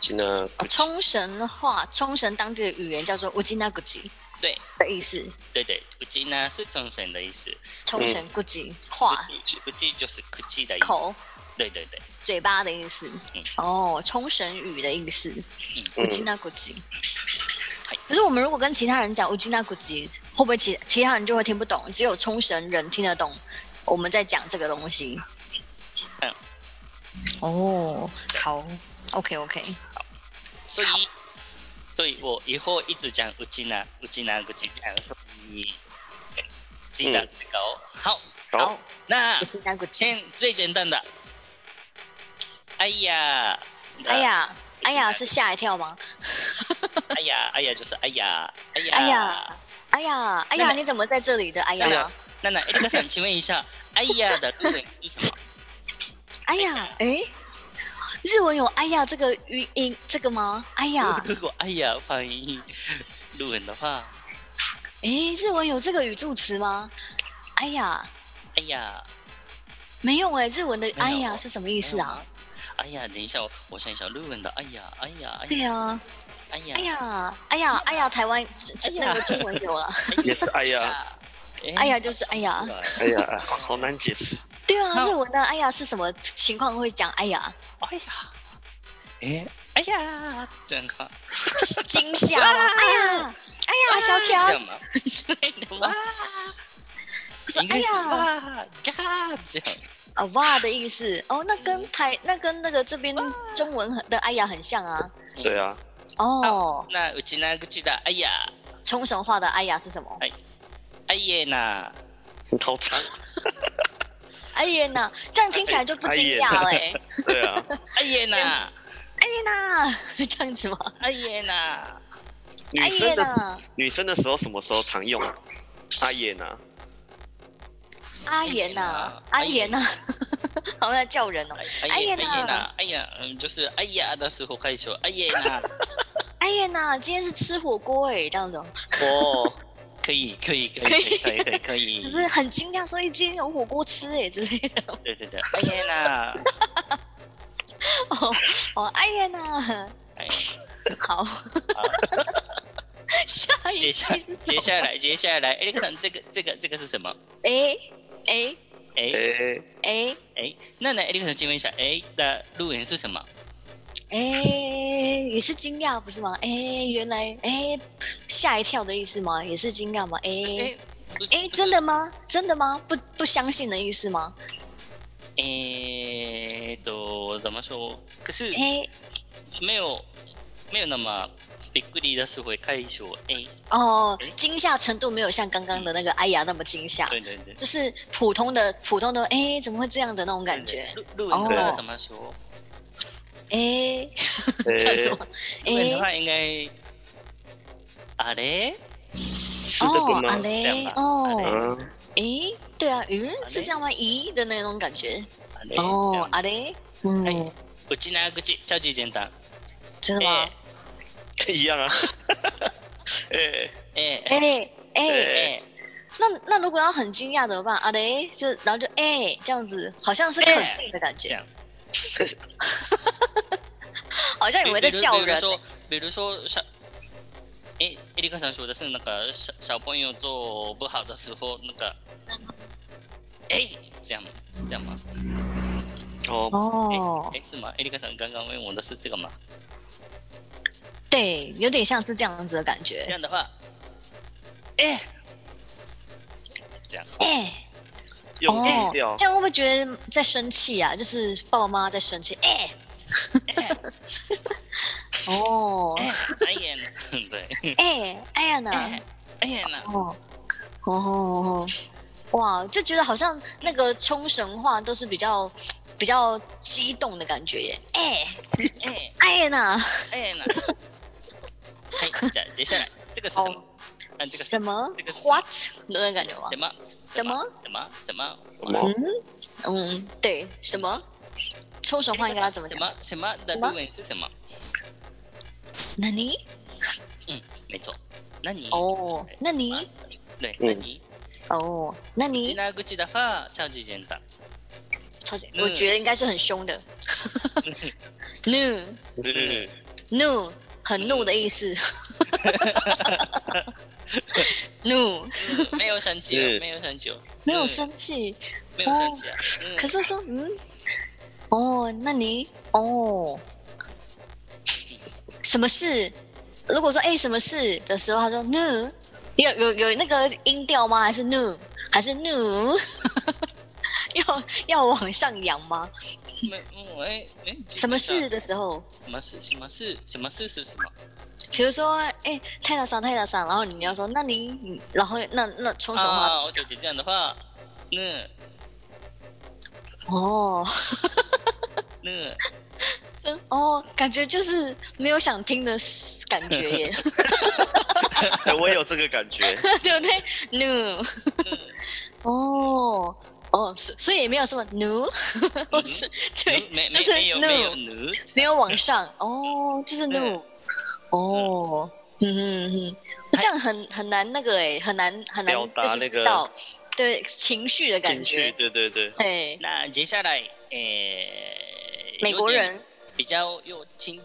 [SPEAKER 3] 吉娜，
[SPEAKER 2] 冲绳话，冲绳当地的语言叫做乌鸡那古吉，
[SPEAKER 1] 对
[SPEAKER 2] 的意思，
[SPEAKER 1] 对对，うちな是チョンセン的意思，
[SPEAKER 2] 冲绳古吉话
[SPEAKER 1] うちうち就是口的意思。
[SPEAKER 2] 口
[SPEAKER 1] 对对对，
[SPEAKER 2] 嘴巴的意思
[SPEAKER 1] 嗯，
[SPEAKER 2] 哦，冲绳语的意思，乌鸡
[SPEAKER 3] 嗯，
[SPEAKER 2] 那古吉。可是我们如果跟其他人讲乌鸡那古吉，会不会其其他人就会听不懂？只有冲绳人听得懂我们在讲这个东西。
[SPEAKER 1] 嗯，
[SPEAKER 2] 哦，好，OK OK，
[SPEAKER 1] 所以所以我以后一直讲うちな、うちな口这样，所以记得这个哦。好，
[SPEAKER 3] 好，
[SPEAKER 1] 那
[SPEAKER 2] 乌鸡那古吉。
[SPEAKER 1] 先最简单的，哎呀，
[SPEAKER 2] 哎，
[SPEAKER 1] 乌
[SPEAKER 2] 呀，
[SPEAKER 1] 鸡那
[SPEAKER 2] 哎呀，是吓一跳吗？
[SPEAKER 1] 哎呀，哎呀，就是哎呀，哎呀，
[SPEAKER 2] 哎呀。哎呀，哎呀，
[SPEAKER 1] 那
[SPEAKER 2] 你怎么在这里的？哎
[SPEAKER 1] 哎
[SPEAKER 2] 呀
[SPEAKER 1] 呀，娜娜，艾丽克森，请问一下， 哎呀的日文是什么？
[SPEAKER 2] 哎呀，哎，日文有哎呀这个语音这个吗？哎呀，
[SPEAKER 1] 如果哎呀翻译日文的话，
[SPEAKER 2] 哎，日文有这个语助词吗？哎呀，
[SPEAKER 1] 哎呀，
[SPEAKER 2] 没有哎，日文的
[SPEAKER 1] 有
[SPEAKER 2] 哎呀是什么意
[SPEAKER 1] 没
[SPEAKER 2] 思
[SPEAKER 1] 有
[SPEAKER 2] 啊？
[SPEAKER 1] 吗？哎呀，等一下，我我想一想，日文的哎呀，哎呀，哎
[SPEAKER 2] 对
[SPEAKER 1] 呀，
[SPEAKER 2] 呀，
[SPEAKER 1] 哎呀，
[SPEAKER 2] 哎呀，哎呀，哎呀，台湾
[SPEAKER 1] 哎呀
[SPEAKER 2] 那个中文有了，
[SPEAKER 3] 也是哎呀，
[SPEAKER 1] 哎
[SPEAKER 2] 哎呀，就是哎呀，
[SPEAKER 3] 哎呀，好难解释，
[SPEAKER 2] 对啊，
[SPEAKER 1] 好
[SPEAKER 2] 日文的哎呀是什么情况会讲哎呀？
[SPEAKER 1] 哎呀，哎，哎呀，这样看，
[SPEAKER 2] 惊吓吗？哎呀，哎呀，小
[SPEAKER 1] 这
[SPEAKER 2] 乔
[SPEAKER 1] 样吗？
[SPEAKER 2] 之类的
[SPEAKER 1] 哇
[SPEAKER 2] 吗？，是
[SPEAKER 1] 应该
[SPEAKER 2] 哎
[SPEAKER 1] 是
[SPEAKER 2] 呀
[SPEAKER 1] 哇，嘎，这样，
[SPEAKER 2] 啊哇的意思哦，那跟台那跟那个这边中文很的哎呀很像啊。
[SPEAKER 3] 对啊，
[SPEAKER 2] 哦，
[SPEAKER 1] 那うちな口だ、哎呀、
[SPEAKER 2] 冲绳话的哎呀是什么？
[SPEAKER 1] 哎耶呐，
[SPEAKER 3] 好长，
[SPEAKER 2] 哎呀呐，这样听起来就不惊讶了欸。
[SPEAKER 3] 对啊，
[SPEAKER 1] 哎耶呐，
[SPEAKER 2] 哎呀呐， 这样子吗？
[SPEAKER 1] 哎耶呐。
[SPEAKER 2] 哎
[SPEAKER 3] 女
[SPEAKER 2] 呀
[SPEAKER 3] 生的
[SPEAKER 2] 呐，
[SPEAKER 3] 女生的时候什么时候常用？啊阿耶呢？
[SPEAKER 2] 阿言呐，阿言呐，好像在叫人哦。
[SPEAKER 1] 哎呀
[SPEAKER 2] 哎
[SPEAKER 1] 哎
[SPEAKER 2] 呀
[SPEAKER 1] 呀呐，哎呀，嗯，就是哎呀的时候开始说哎呀呐，
[SPEAKER 2] 哎呀呐，今天是吃火锅哎，这样子哦，
[SPEAKER 1] 哦，可以可以可以可以可以可以
[SPEAKER 2] 只，是很惊讶，所以今天有火锅吃哎之类的。
[SPEAKER 1] 对对对，哎呀呐，
[SPEAKER 2] 哦，哦，哎呀呐，
[SPEAKER 1] 哎，
[SPEAKER 2] 好，
[SPEAKER 1] 好，
[SPEAKER 2] 下
[SPEAKER 1] 接
[SPEAKER 2] 一句
[SPEAKER 1] 下
[SPEAKER 2] 是什么
[SPEAKER 1] 接下来接下来，艾利克森，这个这个这个是什么？
[SPEAKER 2] 哎
[SPEAKER 1] 哎
[SPEAKER 2] 哎
[SPEAKER 3] 哎，
[SPEAKER 2] 哎
[SPEAKER 1] 哎，那呢，艾利克森请问一下，哎的路人是什么？
[SPEAKER 2] 哎，也是惊讶不是吗？哎，原来哎吓一跳的意思吗？也是惊讶吗？哎
[SPEAKER 1] 哎不是
[SPEAKER 2] 哎，真的吗？真的吗？不不相信的意思吗？
[SPEAKER 1] 哎，都怎么说？可是
[SPEAKER 2] 哎
[SPEAKER 1] 没有没有那么びっくり出す会解消 A。
[SPEAKER 2] 哦
[SPEAKER 1] 诶，
[SPEAKER 2] 惊吓程度没有像刚刚的那个哎呀那么惊吓，
[SPEAKER 1] 对对对。
[SPEAKER 2] 就是普通的普通的哎怎么会这样的那种感觉，
[SPEAKER 1] 对。对路路演的
[SPEAKER 2] 哦
[SPEAKER 1] 话怎么说？
[SPEAKER 2] 哎叫
[SPEAKER 3] 诶
[SPEAKER 2] 什么？
[SPEAKER 1] 路演的
[SPEAKER 2] 哎
[SPEAKER 1] 话应该あれ
[SPEAKER 3] 是这个
[SPEAKER 2] 哦啊
[SPEAKER 3] 吗？
[SPEAKER 2] 嘞
[SPEAKER 1] 这样吧啊
[SPEAKER 2] 哦
[SPEAKER 3] 嗯，
[SPEAKER 2] 哎对啊嗯
[SPEAKER 1] 嘞
[SPEAKER 2] 是这样吗？咦的那种感觉
[SPEAKER 1] あれ这
[SPEAKER 2] 哦
[SPEAKER 1] 样
[SPEAKER 2] 啊嘞嗯
[SPEAKER 1] 哎うちなぐち超级简单。
[SPEAKER 2] 真的吗
[SPEAKER 1] 哎？
[SPEAKER 3] 一样啊。 诶，
[SPEAKER 1] 哎
[SPEAKER 2] 哎哎
[SPEAKER 1] 哎
[SPEAKER 3] 诶
[SPEAKER 2] 那那如果要很惊讶怎么办？啊嘞，就然后就哎、这样子，好像是肯定的感
[SPEAKER 1] 哎这
[SPEAKER 2] 觉，
[SPEAKER 1] 样
[SPEAKER 2] 好像以为在叫人。
[SPEAKER 1] 比如说，比如说小，诶，艾利克さん说的是那个小小朋友做不好的时候，那个，哎，这样这样吗？
[SPEAKER 3] 哦，
[SPEAKER 2] 哦，
[SPEAKER 1] 哎，是吗？艾利克さん刚刚问我的是这个吗？
[SPEAKER 2] 对，有点像是这样子的感
[SPEAKER 1] 这
[SPEAKER 2] 觉。
[SPEAKER 1] 样的话，哎，这样
[SPEAKER 2] 哎、
[SPEAKER 3] 用
[SPEAKER 2] 哦
[SPEAKER 3] 力，调
[SPEAKER 2] 这，样会不会觉得在生气啊？就是爸爸妈妈在生气。哎、
[SPEAKER 1] 哎
[SPEAKER 2] 哦，
[SPEAKER 1] 哎，哎呀，对，
[SPEAKER 2] 哎、哎呀呢？
[SPEAKER 1] 哎哎呀呢，
[SPEAKER 2] 哦，哦哦，哦哇，就觉得好像那个冲绳话都是比较比较激动的感觉耶。哎、
[SPEAKER 1] 哎
[SPEAKER 2] 哎呀呢？
[SPEAKER 1] 哎呀呢，哎，接接下来这个是什么？啊，这个
[SPEAKER 2] 什么
[SPEAKER 1] 这个是
[SPEAKER 2] what 那种感觉吗
[SPEAKER 1] 什？么哦
[SPEAKER 2] 什么？
[SPEAKER 1] 什么什么
[SPEAKER 3] 什么？
[SPEAKER 2] 嗯，对，什么？冲绳话应该要怎么
[SPEAKER 1] 什
[SPEAKER 2] 讲？
[SPEAKER 1] 么什么的
[SPEAKER 2] 什么
[SPEAKER 1] 日文是什么？
[SPEAKER 2] 那你
[SPEAKER 1] 嗯，没错。那你
[SPEAKER 2] 哦，那你
[SPEAKER 1] 对，
[SPEAKER 3] 嗯
[SPEAKER 1] 那你
[SPEAKER 2] 哦，那
[SPEAKER 1] 吉
[SPEAKER 2] 你
[SPEAKER 1] 那口的话超级简单。
[SPEAKER 2] 超级，
[SPEAKER 1] 嗯
[SPEAKER 2] 我觉得应该是很凶的。 怒
[SPEAKER 3] 嗯，
[SPEAKER 2] 怒，很怒的意思。 怒，
[SPEAKER 1] 嗯没有生气哦
[SPEAKER 3] 嗯，
[SPEAKER 1] 没有生气哦，
[SPEAKER 2] 没有
[SPEAKER 1] 嗯
[SPEAKER 2] 生气，
[SPEAKER 1] 没有生气啊。嗯
[SPEAKER 2] 可是说嗯，哦，那你哦，什么事？如果说哎、什么事的时候，他说 no，有有有那个音调吗？还是 no 还是 no？要要往上扬吗？
[SPEAKER 1] 没嗯哎哎，
[SPEAKER 2] 什么事
[SPEAKER 1] 基本上？
[SPEAKER 2] 的时候，
[SPEAKER 1] 什么事？什么事？什么事是什么？
[SPEAKER 2] 比如说哎，太大桑太大桑，然后你要说那你，嗯然后那那冲绳话、
[SPEAKER 1] 啊，我觉得这样的话，那
[SPEAKER 2] 哦
[SPEAKER 1] 那
[SPEAKER 2] 嗯哦，感觉就是没有想听的感觉耶，
[SPEAKER 3] 哎我也有这个感觉。
[SPEAKER 2] 对不对？no。哦哦，所所以也没有什么 no，或是对，
[SPEAKER 1] 没
[SPEAKER 2] 就
[SPEAKER 1] 没
[SPEAKER 2] 是
[SPEAKER 1] 没有
[SPEAKER 2] no
[SPEAKER 1] 没有呢？
[SPEAKER 2] 没有往上哦，就是
[SPEAKER 1] 对
[SPEAKER 2] no 哦，嗯嗯嗯，这样很很难那个哎，很难很难
[SPEAKER 3] 表达
[SPEAKER 2] 就是
[SPEAKER 3] 那
[SPEAKER 2] 知
[SPEAKER 3] 个
[SPEAKER 2] 道对情绪的 感
[SPEAKER 3] 进去，
[SPEAKER 2] 觉，
[SPEAKER 3] 对对对，
[SPEAKER 2] 对，
[SPEAKER 1] 那接下来，呃，
[SPEAKER 2] 美国人
[SPEAKER 1] 比较忧心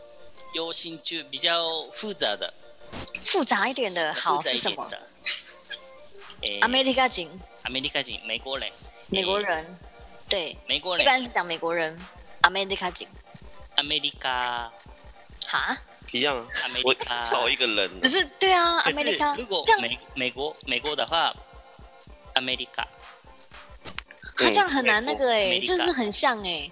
[SPEAKER 1] 忧心就比较复杂的，
[SPEAKER 2] 复杂一点的好
[SPEAKER 1] 复杂
[SPEAKER 2] 是
[SPEAKER 1] 一
[SPEAKER 2] 什
[SPEAKER 1] 点
[SPEAKER 2] 么
[SPEAKER 1] 的？诶，
[SPEAKER 2] 阿美利加警，
[SPEAKER 1] アメリカ人、美国人、
[SPEAKER 2] 美国人，对，
[SPEAKER 1] 美国人、
[SPEAKER 2] 一般是讲美国人，阿美利加警，
[SPEAKER 1] アメリカ、
[SPEAKER 2] 哈，
[SPEAKER 3] 一样啊。
[SPEAKER 1] アメ
[SPEAKER 3] 我
[SPEAKER 1] リカ。
[SPEAKER 3] 少一个人
[SPEAKER 2] 可是对啊，阿
[SPEAKER 1] 可
[SPEAKER 2] 美利加
[SPEAKER 1] 是如果
[SPEAKER 2] 这样
[SPEAKER 1] 美美国美国的话，アメリカ。
[SPEAKER 2] 他这样很难那
[SPEAKER 1] 美国
[SPEAKER 2] 个哎，
[SPEAKER 1] 美利加
[SPEAKER 2] 就是很像哎，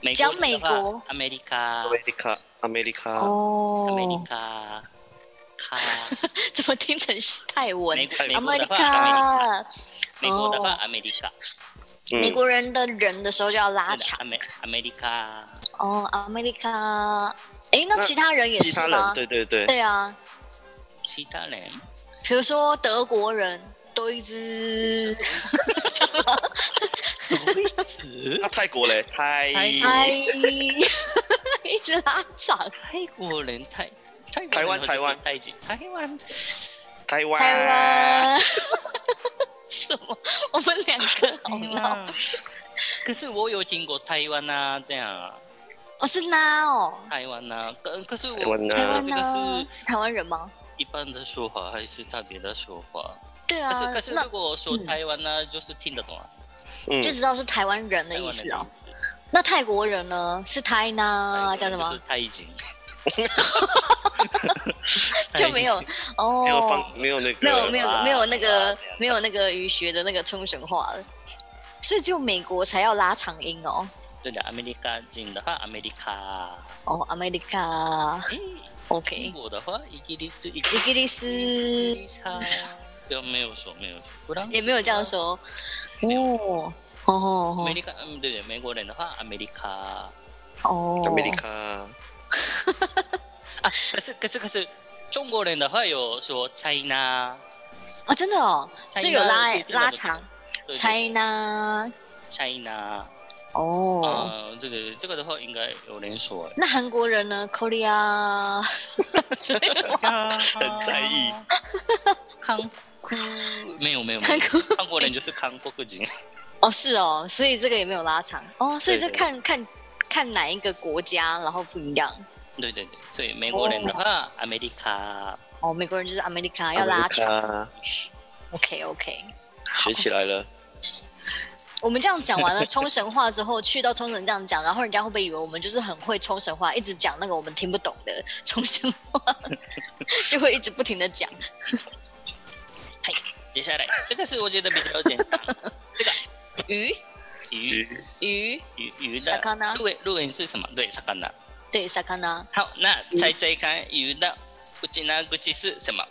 [SPEAKER 1] 美
[SPEAKER 2] 讲
[SPEAKER 1] 国
[SPEAKER 2] 美
[SPEAKER 1] 人的话
[SPEAKER 2] 国，
[SPEAKER 1] アメリカ、
[SPEAKER 3] ，America America
[SPEAKER 2] 哦
[SPEAKER 1] アメ リカ、卡。
[SPEAKER 2] 怎么听成是泰文
[SPEAKER 1] 美？国
[SPEAKER 3] 美
[SPEAKER 1] 美国的话，アメリカ。
[SPEAKER 2] America，
[SPEAKER 1] 美国的话，アメリカ。
[SPEAKER 3] 嗯
[SPEAKER 2] 美国人的人的时候就要拉长
[SPEAKER 1] アメアメリカ。
[SPEAKER 2] 哦，America。哎，那
[SPEAKER 3] 那
[SPEAKER 2] 其他人也
[SPEAKER 3] 其
[SPEAKER 2] 是
[SPEAKER 3] 他
[SPEAKER 2] 吗
[SPEAKER 3] 人，？对对对，
[SPEAKER 2] 对啊，
[SPEAKER 1] 其他人，
[SPEAKER 2] 比如说德国人，多一只，
[SPEAKER 3] 那啊泰国嘞，泰
[SPEAKER 2] 哎， 一直拉长。
[SPEAKER 1] 泰国人泰泰
[SPEAKER 3] 台湾台湾
[SPEAKER 1] 泰籍台湾
[SPEAKER 3] 台
[SPEAKER 2] 台
[SPEAKER 3] 湾，
[SPEAKER 2] 湾，什么？我们两个好闹
[SPEAKER 1] 湾。可是我有听过台湾啊，这样啊，
[SPEAKER 2] 哦，是拉哦，
[SPEAKER 1] 台湾啊，可可是
[SPEAKER 3] 台
[SPEAKER 1] 我
[SPEAKER 3] 湾
[SPEAKER 2] 台
[SPEAKER 1] 呃
[SPEAKER 3] 呢？
[SPEAKER 2] 湾啊
[SPEAKER 1] 这个
[SPEAKER 2] 呢？
[SPEAKER 1] 是
[SPEAKER 2] 是台湾人吗？
[SPEAKER 1] 一般的说法还是特别的说法。
[SPEAKER 2] 对
[SPEAKER 1] 可
[SPEAKER 2] 啊
[SPEAKER 1] 是可，是
[SPEAKER 2] 那
[SPEAKER 1] 如果说
[SPEAKER 2] 嗯
[SPEAKER 1] 台湾呢，就是听得懂啊，
[SPEAKER 3] 嗯
[SPEAKER 2] 就知道是台湾人的
[SPEAKER 1] 台
[SPEAKER 2] 意
[SPEAKER 1] 湾
[SPEAKER 2] 思
[SPEAKER 1] 人哎
[SPEAKER 2] 哦。那泰国人呢？是啊泰呢？这样子
[SPEAKER 1] 就
[SPEAKER 2] 吗。
[SPEAKER 1] 是？泰籍
[SPEAKER 2] 就没有哦，
[SPEAKER 3] 没有放没有那个
[SPEAKER 2] 没有没有
[SPEAKER 1] 啊
[SPEAKER 2] 没有那个
[SPEAKER 1] 啊这样
[SPEAKER 2] 没有那个语学的那个冲绳话了，所以只有美国才要拉长音哦。
[SPEAKER 1] 对的，阿美利卡人的话，阿美利卡。
[SPEAKER 2] 哦，アメリカ。
[SPEAKER 1] 诶，英
[SPEAKER 2] OK，
[SPEAKER 1] 国的话，伊吉利斯，伊
[SPEAKER 2] イギリ
[SPEAKER 1] 吉
[SPEAKER 2] ス
[SPEAKER 1] 利斯哈。对，没有说，没有说，不然
[SPEAKER 2] 也没有这样。说。哦，哦
[SPEAKER 1] 美
[SPEAKER 2] 哦
[SPEAKER 1] 利卡，嗯，对对，美国人的话，阿美利卡。
[SPEAKER 2] 哦，
[SPEAKER 3] 美利卡
[SPEAKER 1] 可是可是可是，中国人的话有说 China，
[SPEAKER 2] 啊，真的哦，是有拉
[SPEAKER 1] China
[SPEAKER 2] 拉长
[SPEAKER 1] 对对
[SPEAKER 2] China
[SPEAKER 1] China，
[SPEAKER 2] 哦。
[SPEAKER 1] 嗯，对对对，这个的话应该有人说。
[SPEAKER 2] 那韩国人呢？Korea 之类的吗
[SPEAKER 1] 很
[SPEAKER 3] 在意。
[SPEAKER 1] 韩国没有没有没
[SPEAKER 2] 韩
[SPEAKER 1] 有，
[SPEAKER 2] 国
[SPEAKER 1] 韩国人就是韩国人。
[SPEAKER 2] 哦，是哦，所以这个也没有拉长哦，所以
[SPEAKER 3] 对
[SPEAKER 2] 这
[SPEAKER 3] 对
[SPEAKER 2] 看看看哪一个国家，然后不一样
[SPEAKER 1] 对对对，所以美国人的话，阿美利卡。
[SPEAKER 2] 哦。美国人就是 America 要拉长
[SPEAKER 3] 长，
[SPEAKER 2] ，OK OK。
[SPEAKER 3] 学起来了。
[SPEAKER 2] 我们这样讲完了冲绳话之后，去到冲绳这样讲，然后人家会不会以为我们就是很会冲绳话，一直讲那个我们听不懂的 冲绳话，就会一直不停的讲。
[SPEAKER 1] 接下来这个是我觉得比较简单，
[SPEAKER 2] 鱼
[SPEAKER 1] 鱼
[SPEAKER 2] 鱼，
[SPEAKER 1] 鱼鱼的。
[SPEAKER 2] 魚
[SPEAKER 1] 路路人是什么？对，魚。
[SPEAKER 2] 对，sakana。
[SPEAKER 1] 好，那猜猜看，鱼的うちな口是什么？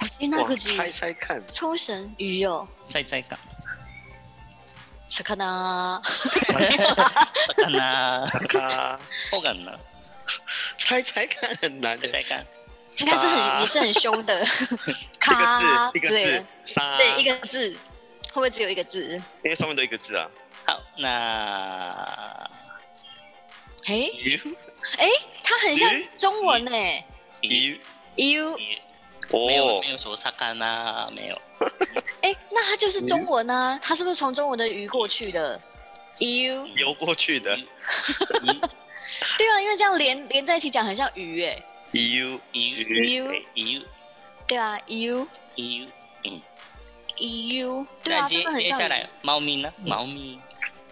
[SPEAKER 2] 我今天哎那个
[SPEAKER 3] 哇
[SPEAKER 2] 鱼
[SPEAKER 3] 猜猜看，
[SPEAKER 2] 冲绳鱼哦
[SPEAKER 1] 猜猜看。
[SPEAKER 2] ，sakana。
[SPEAKER 1] 魚。
[SPEAKER 3] 卡，
[SPEAKER 1] 后感呢？
[SPEAKER 3] 猜猜看很难
[SPEAKER 1] 猜
[SPEAKER 3] 的。
[SPEAKER 1] 猜看。
[SPEAKER 2] 应该是很也是很凶的，咔
[SPEAKER 3] 一个
[SPEAKER 2] 之
[SPEAKER 3] 字，一
[SPEAKER 2] 类
[SPEAKER 3] 个
[SPEAKER 2] 的
[SPEAKER 3] 字，，杀，
[SPEAKER 2] 对，一个字，会不会只有一个字？
[SPEAKER 3] 因为上面都一个字啊。
[SPEAKER 1] 好，那
[SPEAKER 2] 诶，
[SPEAKER 3] 鱼
[SPEAKER 2] 它很像
[SPEAKER 3] 鱼
[SPEAKER 2] 中文诶
[SPEAKER 3] 鱼
[SPEAKER 2] u
[SPEAKER 1] 鱼没有
[SPEAKER 3] 哦
[SPEAKER 1] 没，有说魚没有。
[SPEAKER 2] 诶，那它就是中文啊，它是不是从中文的鱼过去的？u
[SPEAKER 3] 游过去的
[SPEAKER 2] 对啊，因为这样连连在一起讲很像鱼诶，
[SPEAKER 3] 鱼
[SPEAKER 1] 鱼
[SPEAKER 3] 鱼
[SPEAKER 1] 鱼
[SPEAKER 2] u
[SPEAKER 1] 鱼
[SPEAKER 2] 对啊，u
[SPEAKER 1] 鱼。
[SPEAKER 2] u 对
[SPEAKER 1] 那
[SPEAKER 2] 啊，
[SPEAKER 1] 接
[SPEAKER 2] 真的很
[SPEAKER 1] 接
[SPEAKER 2] 像
[SPEAKER 1] 下
[SPEAKER 2] 鱼
[SPEAKER 1] 来。猫咪呢？猫咪。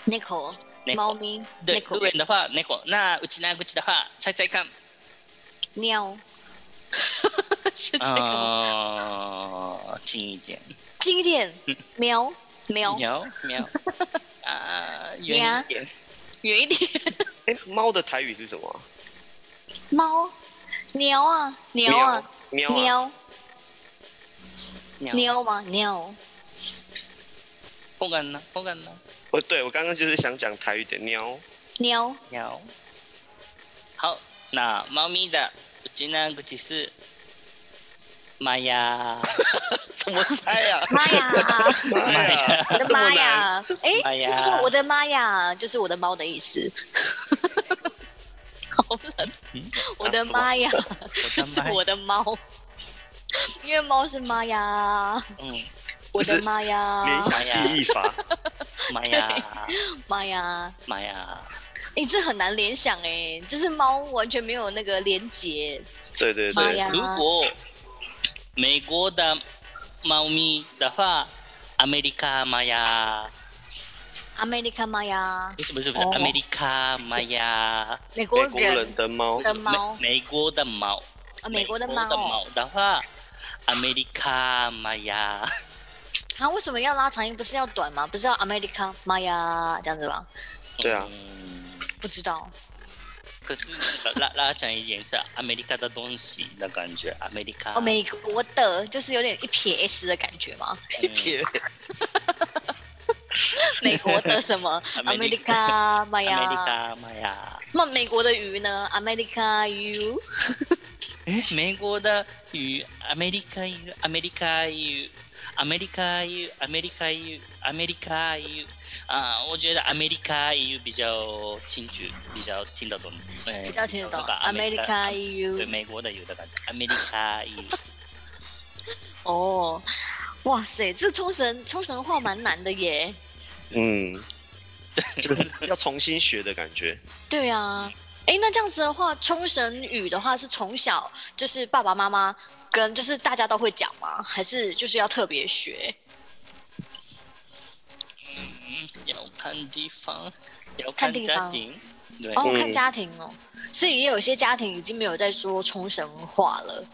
[SPEAKER 2] Nico，猫咪
[SPEAKER 1] 对，路
[SPEAKER 2] ，Nico，
[SPEAKER 1] 人的话猫。那うちな口的话，猜猜 看。
[SPEAKER 2] 喵，是这
[SPEAKER 1] 啊
[SPEAKER 2] 个吗？
[SPEAKER 1] 哦，近一点。
[SPEAKER 2] 近一点，喵喵，
[SPEAKER 1] 喵 喵啊，
[SPEAKER 2] 喵
[SPEAKER 1] 远一点，
[SPEAKER 2] 远一点。
[SPEAKER 3] 哎，猫的台语是什么啊？
[SPEAKER 2] 猫、鸟啊、鸟啊、
[SPEAKER 3] 喵啊，
[SPEAKER 2] 鸟鸟吗？鸟
[SPEAKER 1] 后感呢？后感呢？
[SPEAKER 3] 我哦对我刚刚就是想讲台语的喵，
[SPEAKER 2] 鸟
[SPEAKER 1] 喵。好，那猫咪的うちな口是玛 雅，
[SPEAKER 3] 怎么猜啊？
[SPEAKER 2] 妈呀！
[SPEAKER 3] 妈呀，
[SPEAKER 2] 我的妈呀！
[SPEAKER 1] 妈
[SPEAKER 2] 哎，
[SPEAKER 1] 呀
[SPEAKER 2] 是不是我的妈呀，就是我的猫的意思。 好冷！我的妈呀，
[SPEAKER 1] 我
[SPEAKER 2] 就是
[SPEAKER 1] 的妈呀，
[SPEAKER 2] 我的猫，因为猫是妈呀，
[SPEAKER 1] 嗯，
[SPEAKER 2] 我的妈
[SPEAKER 3] 联
[SPEAKER 2] 呀，
[SPEAKER 3] 想记忆法，
[SPEAKER 1] 玛雅，
[SPEAKER 2] 妈呀！
[SPEAKER 1] 玛雅，
[SPEAKER 2] 哎，这很难联想哎，就是猫完全没有那个连结。
[SPEAKER 3] 对对哎
[SPEAKER 2] 妈
[SPEAKER 3] 对，
[SPEAKER 2] 呀！
[SPEAKER 1] 如果美国的猫咪的话，アメリカ玛雅，
[SPEAKER 2] 阿美利卡妈呀，
[SPEAKER 1] 不是不是不是，
[SPEAKER 2] 哦
[SPEAKER 1] アメリカ玛雅，
[SPEAKER 2] 美国
[SPEAKER 3] 美国
[SPEAKER 2] 人
[SPEAKER 3] 人的猫
[SPEAKER 2] 的猫，
[SPEAKER 1] 美美国的猫。
[SPEAKER 2] 啊美国的
[SPEAKER 1] 美国的
[SPEAKER 2] 猫。
[SPEAKER 1] 猫的话，アメリカ玛雅，
[SPEAKER 2] 他、啊为什么要拉长音？不是要短吗？不是要 America 妈呀这样子 吗？
[SPEAKER 3] 对啊
[SPEAKER 1] 嗯
[SPEAKER 2] 不知道
[SPEAKER 1] 可是那个拉拉长一点是アメリカ的东西的感觉，アメリカ。
[SPEAKER 2] 哦，美国的就是有点一撇 S 的感觉 吗？
[SPEAKER 1] 一
[SPEAKER 3] 撇，
[SPEAKER 2] 美国的什么
[SPEAKER 1] America
[SPEAKER 2] America 妈
[SPEAKER 1] アメリ
[SPEAKER 2] 呀？
[SPEAKER 1] カ玛雅。
[SPEAKER 2] 那美国的鱼呢？America U
[SPEAKER 1] え、美国的鱼，アメリカ鱼，アメリカ鱼。アメリカ鱼，アメリカ鱼，アメリカ鱼，啊，我觉得アメリカ鱼比较清楚，比较听得懂，哎
[SPEAKER 2] 比较听得懂
[SPEAKER 1] 那个アメリカ
[SPEAKER 2] ，America
[SPEAKER 1] 对
[SPEAKER 2] U
[SPEAKER 1] 美国的鱼的感觉，アメリカ鱼。
[SPEAKER 2] 哦，哇塞，这冲绳冲绳话蛮难的耶。
[SPEAKER 3] 嗯，这个是要重新学的感觉，
[SPEAKER 2] 对啊，哎，那这样子的话，冲绳语的话是从小就是爸爸妈妈跟就是大家都会讲吗？还是就是要特别学？
[SPEAKER 1] 嗯，要看地方，要看
[SPEAKER 2] 看地
[SPEAKER 1] 家
[SPEAKER 2] 方
[SPEAKER 1] 庭。对，
[SPEAKER 2] 哦，
[SPEAKER 3] 嗯
[SPEAKER 2] 看家庭哦，所以也有些家庭已经没有在说冲绳话了。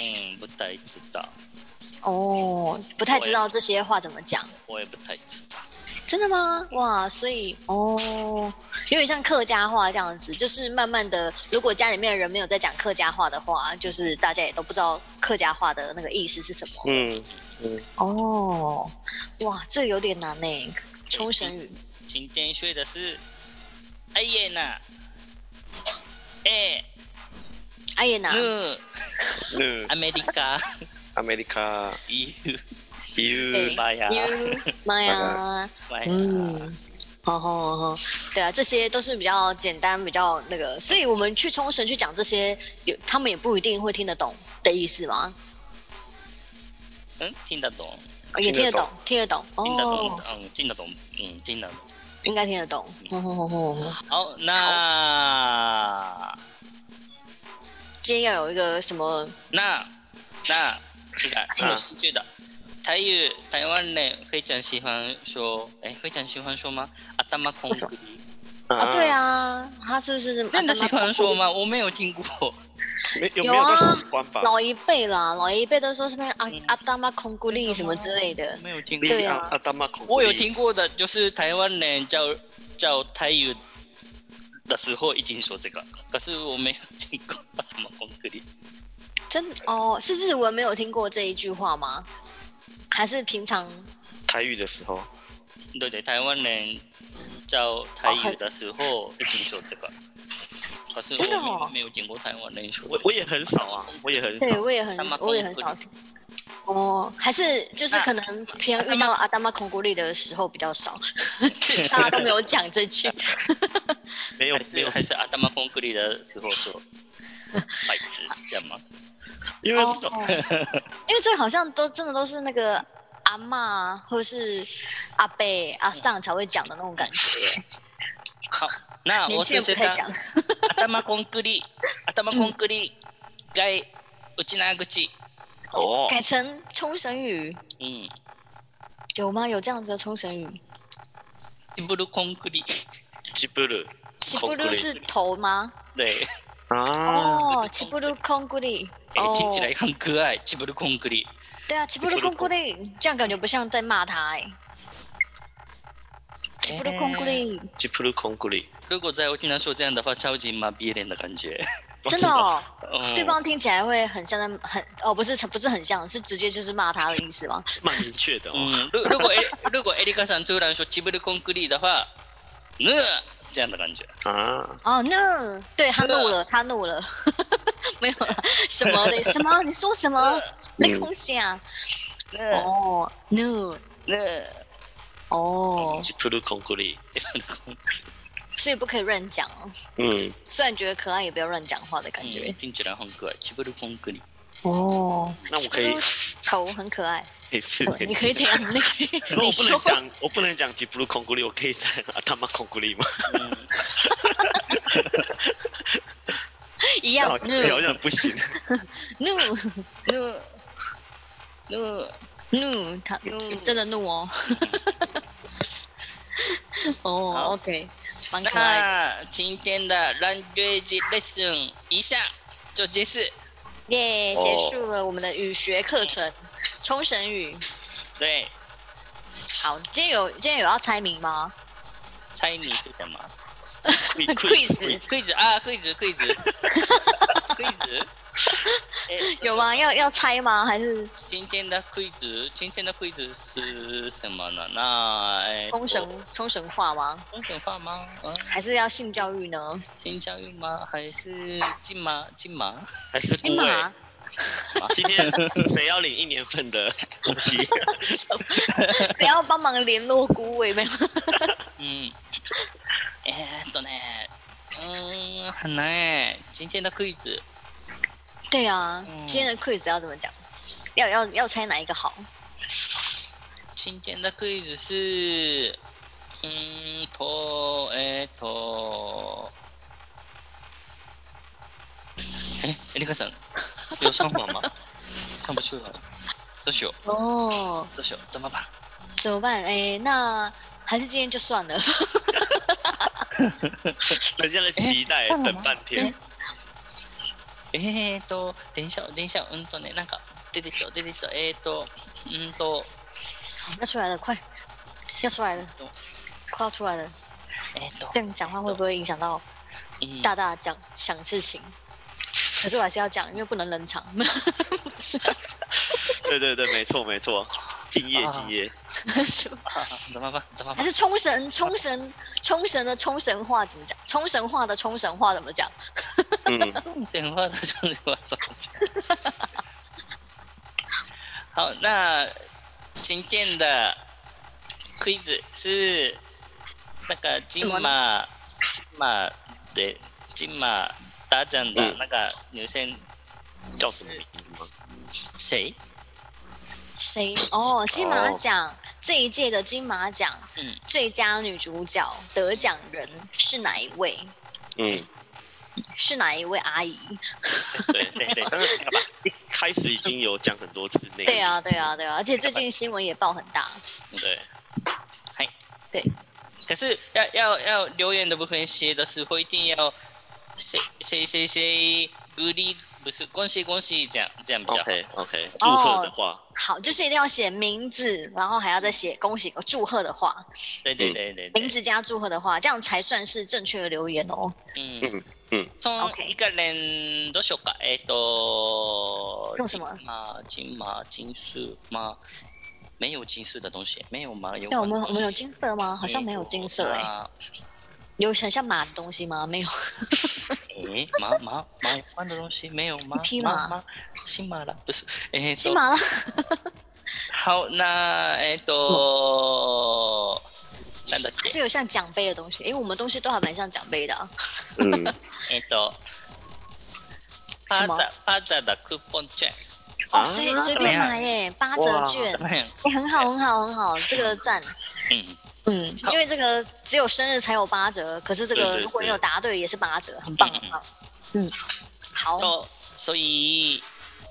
[SPEAKER 1] 嗯，不太知道，
[SPEAKER 2] 哦，不太知道这些话怎么讲。
[SPEAKER 1] 我也不太知道。
[SPEAKER 2] 真的吗？哇，所以哦，有点像客家话这样子，就是慢慢的，如果家里面的人没有在讲客家话的话，就是大家也都不知道客家话的那个意思是什么。
[SPEAKER 3] 嗯嗯，
[SPEAKER 2] 哦，哇，这个有点难呢。冲绳语，
[SPEAKER 1] 今天学的是哎耶呐，哎
[SPEAKER 2] 哎呀呐，
[SPEAKER 1] 呢，
[SPEAKER 3] 那
[SPEAKER 2] 啊
[SPEAKER 1] アメリカ
[SPEAKER 3] 嗯 America
[SPEAKER 1] いう嗯
[SPEAKER 3] you
[SPEAKER 1] 妈呀，哎
[SPEAKER 2] You，妈 呀，
[SPEAKER 1] 妈呀，
[SPEAKER 2] 嗯。哦吼哦吼，对啊，这些都是比较简单、比较那个，所以我们去冲绳去讲这些，有他们也不一定会听得懂的意思吗？
[SPEAKER 1] 嗯，听得懂，
[SPEAKER 2] 也听
[SPEAKER 3] 听
[SPEAKER 2] 得
[SPEAKER 3] 得
[SPEAKER 2] 懂
[SPEAKER 3] 懂，
[SPEAKER 2] 听得懂，
[SPEAKER 1] 听得懂
[SPEAKER 2] 哦，，
[SPEAKER 1] 嗯，听得懂，嗯，听得懂。
[SPEAKER 2] 应该听得懂。哦
[SPEAKER 1] 嗯
[SPEAKER 2] 哦哦哦
[SPEAKER 1] 好，那
[SPEAKER 2] 今天要有一个什么？
[SPEAKER 1] 那那这个很有兴趣的。台语台湾人非常喜欢说，哎，非常喜欢说吗？阿大妈空
[SPEAKER 2] 为什
[SPEAKER 1] 腹里
[SPEAKER 2] 啊，对，啊，他是不是
[SPEAKER 1] 真的喜欢说？
[SPEAKER 2] 啊
[SPEAKER 1] 吗？我没有听过。
[SPEAKER 3] 没
[SPEAKER 2] 有
[SPEAKER 3] 有没有
[SPEAKER 2] 啊
[SPEAKER 3] 到喜欢吧？
[SPEAKER 2] 老一辈啦，老一辈都说什么阿
[SPEAKER 1] 嗯
[SPEAKER 2] 阿达玛空古令什么之类的
[SPEAKER 1] 我。没有听过
[SPEAKER 3] 你。
[SPEAKER 2] 对啊
[SPEAKER 3] 阿阿达玛口，
[SPEAKER 1] 我有听过的，就是台湾人教教台语的时候一定说这个，可是我没有听过什么功课里。
[SPEAKER 2] 真哦，是日文没有听过这一句话吗？还是平常
[SPEAKER 3] 台语的时候，
[SPEAKER 1] 对对，台湾人教台语的时候一定说这个，可是
[SPEAKER 2] 真的
[SPEAKER 1] 我
[SPEAKER 2] 哦
[SPEAKER 1] 没没有听过台湾人说
[SPEAKER 3] 我
[SPEAKER 1] 这
[SPEAKER 3] 我
[SPEAKER 1] 个。
[SPEAKER 3] 也很少啊，我也很
[SPEAKER 2] 对
[SPEAKER 3] 少。
[SPEAKER 2] 我也很
[SPEAKER 1] 阿达玛空
[SPEAKER 2] 我也很少听。哦，还是就是可能平常遇到阿达玛空古令的时候比较少， 大家都没有讲这句。
[SPEAKER 3] 没有
[SPEAKER 1] 还
[SPEAKER 3] 没
[SPEAKER 1] 是
[SPEAKER 3] 有，
[SPEAKER 1] 还是阿达玛功课里的时候说，白痴这样吗？
[SPEAKER 3] 因为不懂
[SPEAKER 2] 哦，因为这好像都真的都是那个阿嬷或者是阿伯、阿上才会讲的那种感觉，
[SPEAKER 1] 好，那
[SPEAKER 2] 年
[SPEAKER 1] 我
[SPEAKER 2] 轻
[SPEAKER 1] 试
[SPEAKER 2] 人不
[SPEAKER 1] 试
[SPEAKER 2] 太
[SPEAKER 1] 看。
[SPEAKER 2] 讲。
[SPEAKER 1] 阿达コンクリ、阿达コンクリ、该うちなぐち。
[SPEAKER 3] 哦，
[SPEAKER 2] 改成冲绳语
[SPEAKER 1] 嗯，
[SPEAKER 2] 有吗？有这样子的冲绳语？
[SPEAKER 1] シブルコンクリ。
[SPEAKER 3] 吉布鲁
[SPEAKER 2] 起布鲁是头吗？
[SPEAKER 1] 对，
[SPEAKER 3] 啊，
[SPEAKER 2] 哦，起布鲁空古里。
[SPEAKER 1] 哎
[SPEAKER 2] 哦，
[SPEAKER 1] 听起来很可爱。シブルコンクリ。
[SPEAKER 2] 对啊，起布鲁空古里，这样感觉不像在骂他哎。起布鲁空古里，
[SPEAKER 3] 吉布鲁孔古里，
[SPEAKER 1] 如果在沖縄说这样的话，超级麻痹人的感觉。
[SPEAKER 2] 真的哦，
[SPEAKER 1] 嗯
[SPEAKER 2] 对方听起来会很像在很哦，不是不是很像，是直接就是骂他的意思吗？
[SPEAKER 3] 蛮明确的哦。
[SPEAKER 1] 嗯，如如果诶如果エリカさん突然说シブルコンクリ的话，呢这样的感觉。
[SPEAKER 3] 啊，
[SPEAKER 2] 哦、no！对他 怒了，他怒了， 没有了，什么的？什么？你说 什么？那空想？
[SPEAKER 1] 呢
[SPEAKER 2] 哦，no！
[SPEAKER 1] 呢，
[SPEAKER 2] 哦，
[SPEAKER 1] 嗯
[SPEAKER 3] 吉布鲁孔古里，
[SPEAKER 1] シブルコンク
[SPEAKER 2] 所以不可以乱讲，
[SPEAKER 3] 嗯，
[SPEAKER 2] 虽然觉得可爱，也不要乱讲话的感
[SPEAKER 1] リ。
[SPEAKER 2] 觉
[SPEAKER 1] 嗯。听起来很可爱。シブルコンクリ。
[SPEAKER 2] 哦，
[SPEAKER 3] 那我可以
[SPEAKER 2] 头很可 爱，
[SPEAKER 3] 可以试。
[SPEAKER 2] 哦你可以怎样？你可以，
[SPEAKER 3] 可是我
[SPEAKER 2] 你
[SPEAKER 3] 不
[SPEAKER 2] 说
[SPEAKER 3] 能讲，我不能讲吉布鲁孔古里，我可以讲阿达玛孔古里吗？
[SPEAKER 1] 嗯
[SPEAKER 2] 一
[SPEAKER 3] 好
[SPEAKER 2] 样
[SPEAKER 3] 像好像不行。
[SPEAKER 2] 嗯，no
[SPEAKER 1] 呢呢。
[SPEAKER 2] no，他真的怒哦。 哦
[SPEAKER 1] 好
[SPEAKER 2] ，OK，蛮可爱的。
[SPEAKER 1] 那今天的 language lesson 一下就结束。
[SPEAKER 2] 耶、
[SPEAKER 3] 哦
[SPEAKER 2] 结束了我们的语学课程，冲绳语。
[SPEAKER 1] 对，
[SPEAKER 2] 好，今天有今天有要猜谜吗？
[SPEAKER 1] 猜谜是什么
[SPEAKER 2] Quiz
[SPEAKER 1] ？quiz 啊，quiz，quiz，quiz。quiz 哎
[SPEAKER 2] 有吗？要要猜吗？还是
[SPEAKER 1] 今天的 quiz，今天的 quiz 是什么呢？那哎
[SPEAKER 2] 冲绳冲绳话吗？
[SPEAKER 1] 风神话吗？嗯，
[SPEAKER 2] 还是要性教育呢？
[SPEAKER 1] 新疆玉吗？还是金马？金马？
[SPEAKER 3] 还是
[SPEAKER 2] 金
[SPEAKER 3] 不
[SPEAKER 2] 马
[SPEAKER 3] 会？今天谁要领一年份的东西？
[SPEAKER 2] 谁要帮忙联络姑位没有？
[SPEAKER 1] 嗯，えーっとね、嗯，很难哎。今天的 quiz，
[SPEAKER 2] 对啊，
[SPEAKER 1] 嗯
[SPEAKER 2] 今天的 quiz 要怎么讲？要要要猜哪一个好？
[SPEAKER 1] 今天的 quiz 是，嗯，と、えー、と、え、エリカさん、有上榜吗？看不出来，どうしよう，
[SPEAKER 2] 哦，
[SPEAKER 1] どうしよう，怎么办？
[SPEAKER 2] 怎么办？哎，那还是今天就算 了。
[SPEAKER 3] 人家的期待等半天。
[SPEAKER 1] えーと、電車、電車、うんとね、なんか出てきた、出てきた、えーと、うんと、
[SPEAKER 2] 要出来了，快！要出来了，
[SPEAKER 1] 嗯
[SPEAKER 2] 快要出来了。
[SPEAKER 1] 哎，懂
[SPEAKER 2] 这样讲话会不会影响到
[SPEAKER 1] 嗯
[SPEAKER 2] 大大讲想事情？可是我还是要讲，因为不能冷场。
[SPEAKER 3] 对对对，没错没错，敬业
[SPEAKER 1] 啊
[SPEAKER 3] 敬业，
[SPEAKER 1] 啊怎么办？怎么
[SPEAKER 2] 还
[SPEAKER 1] 办？
[SPEAKER 2] 是冲绳，冲绳，冲绳的冲绳话怎么讲？冲绳话的冲绳话怎么讲？
[SPEAKER 3] 嗯，
[SPEAKER 1] 简化的就是我怎么讲？好，那今天的 quiz 是那个金
[SPEAKER 2] 什么
[SPEAKER 1] 马金马的金马大奖的
[SPEAKER 3] 嗯
[SPEAKER 1] 那个女生
[SPEAKER 3] 叫什么名字吗？
[SPEAKER 1] 谁？
[SPEAKER 2] 谁？哦，金马奖这一届的金马奖
[SPEAKER 1] 嗯，
[SPEAKER 2] 最佳女主角得奖人是哪一位？
[SPEAKER 3] 嗯，
[SPEAKER 2] 是哪一位阿姨？
[SPEAKER 3] 对对对，但是一开始已经有讲很多次那个，
[SPEAKER 2] 对，啊，对啊，对啊！而且最近新闻也爆很大。
[SPEAKER 3] 对，
[SPEAKER 1] 可是要要要留言的部分写的时候一定要谁谁谁谁鼓励，不是恭喜恭喜这样这样比较好。
[SPEAKER 3] OK OK，祝贺的话，
[SPEAKER 2] 好，就是一定要写名字，然后还要再写恭喜祝贺的话，
[SPEAKER 1] 对对对对对。
[SPEAKER 2] 名字加祝贺的话，这样才算是正确的留言哦。
[SPEAKER 1] 嗯
[SPEAKER 3] 嗯嗯
[SPEAKER 1] 从
[SPEAKER 2] OK
[SPEAKER 1] 一个人どうしようかえっと
[SPEAKER 2] 用什么
[SPEAKER 1] 马金马金丝马没有金丝的东西，没有马有。
[SPEAKER 2] 但我们我们有金色吗？好像没有金色哎、
[SPEAKER 1] 马
[SPEAKER 2] 有很像马的东西吗？没有。
[SPEAKER 1] 诶，马马马有关的东西没有吗？
[SPEAKER 2] 匹马
[SPEAKER 1] 马新马了不是？诶，
[SPEAKER 2] 新马拉
[SPEAKER 1] 好，那えっとなんだっけ
[SPEAKER 2] 是有像奖杯的东西，因为我们东西都还蛮像奖杯的、啊。
[SPEAKER 3] 嗯，
[SPEAKER 1] えっとパ
[SPEAKER 2] 什
[SPEAKER 1] ザ
[SPEAKER 2] 么
[SPEAKER 1] パザだクーポン券。
[SPEAKER 2] 哦，随随便买耶、八折券
[SPEAKER 1] 怎，么样
[SPEAKER 2] 哎、很好很好很好，这个赞。
[SPEAKER 1] 嗯，
[SPEAKER 2] 嗯，
[SPEAKER 1] 好
[SPEAKER 2] 因为这个只有生日才有八折，可是这
[SPEAKER 3] 对
[SPEAKER 2] 个
[SPEAKER 3] 对
[SPEAKER 2] 如果你
[SPEAKER 3] 对
[SPEAKER 2] 有答对也是八折，很棒
[SPEAKER 1] 嗯嗯
[SPEAKER 2] 很棒。嗯，好，
[SPEAKER 1] 哦，所以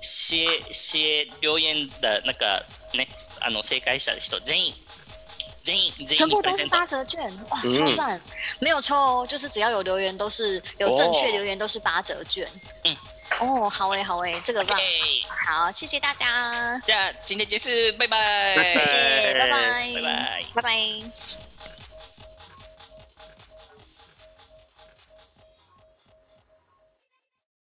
[SPEAKER 1] 写写留言的那个ね、あの正解した人全員全員全
[SPEAKER 2] 全
[SPEAKER 1] 員
[SPEAKER 2] 部
[SPEAKER 1] プレ
[SPEAKER 2] 都
[SPEAKER 1] ゼ
[SPEAKER 2] 是
[SPEAKER 1] ント
[SPEAKER 2] 八。折券，哇，
[SPEAKER 3] 嗯
[SPEAKER 2] 超赞！没有抽哦，就是只要有留言都是有正确留言都是八折券。
[SPEAKER 1] 嗯
[SPEAKER 2] 哦，好诶好诶，这个棒，
[SPEAKER 1] OK，
[SPEAKER 2] 好，谢谢大家，
[SPEAKER 1] じゃあ今天结束，拜拜，
[SPEAKER 3] 拜
[SPEAKER 2] 谢谢，拜
[SPEAKER 3] 拜
[SPEAKER 2] 拜，
[SPEAKER 1] 哎拜拜。
[SPEAKER 2] 拜拜。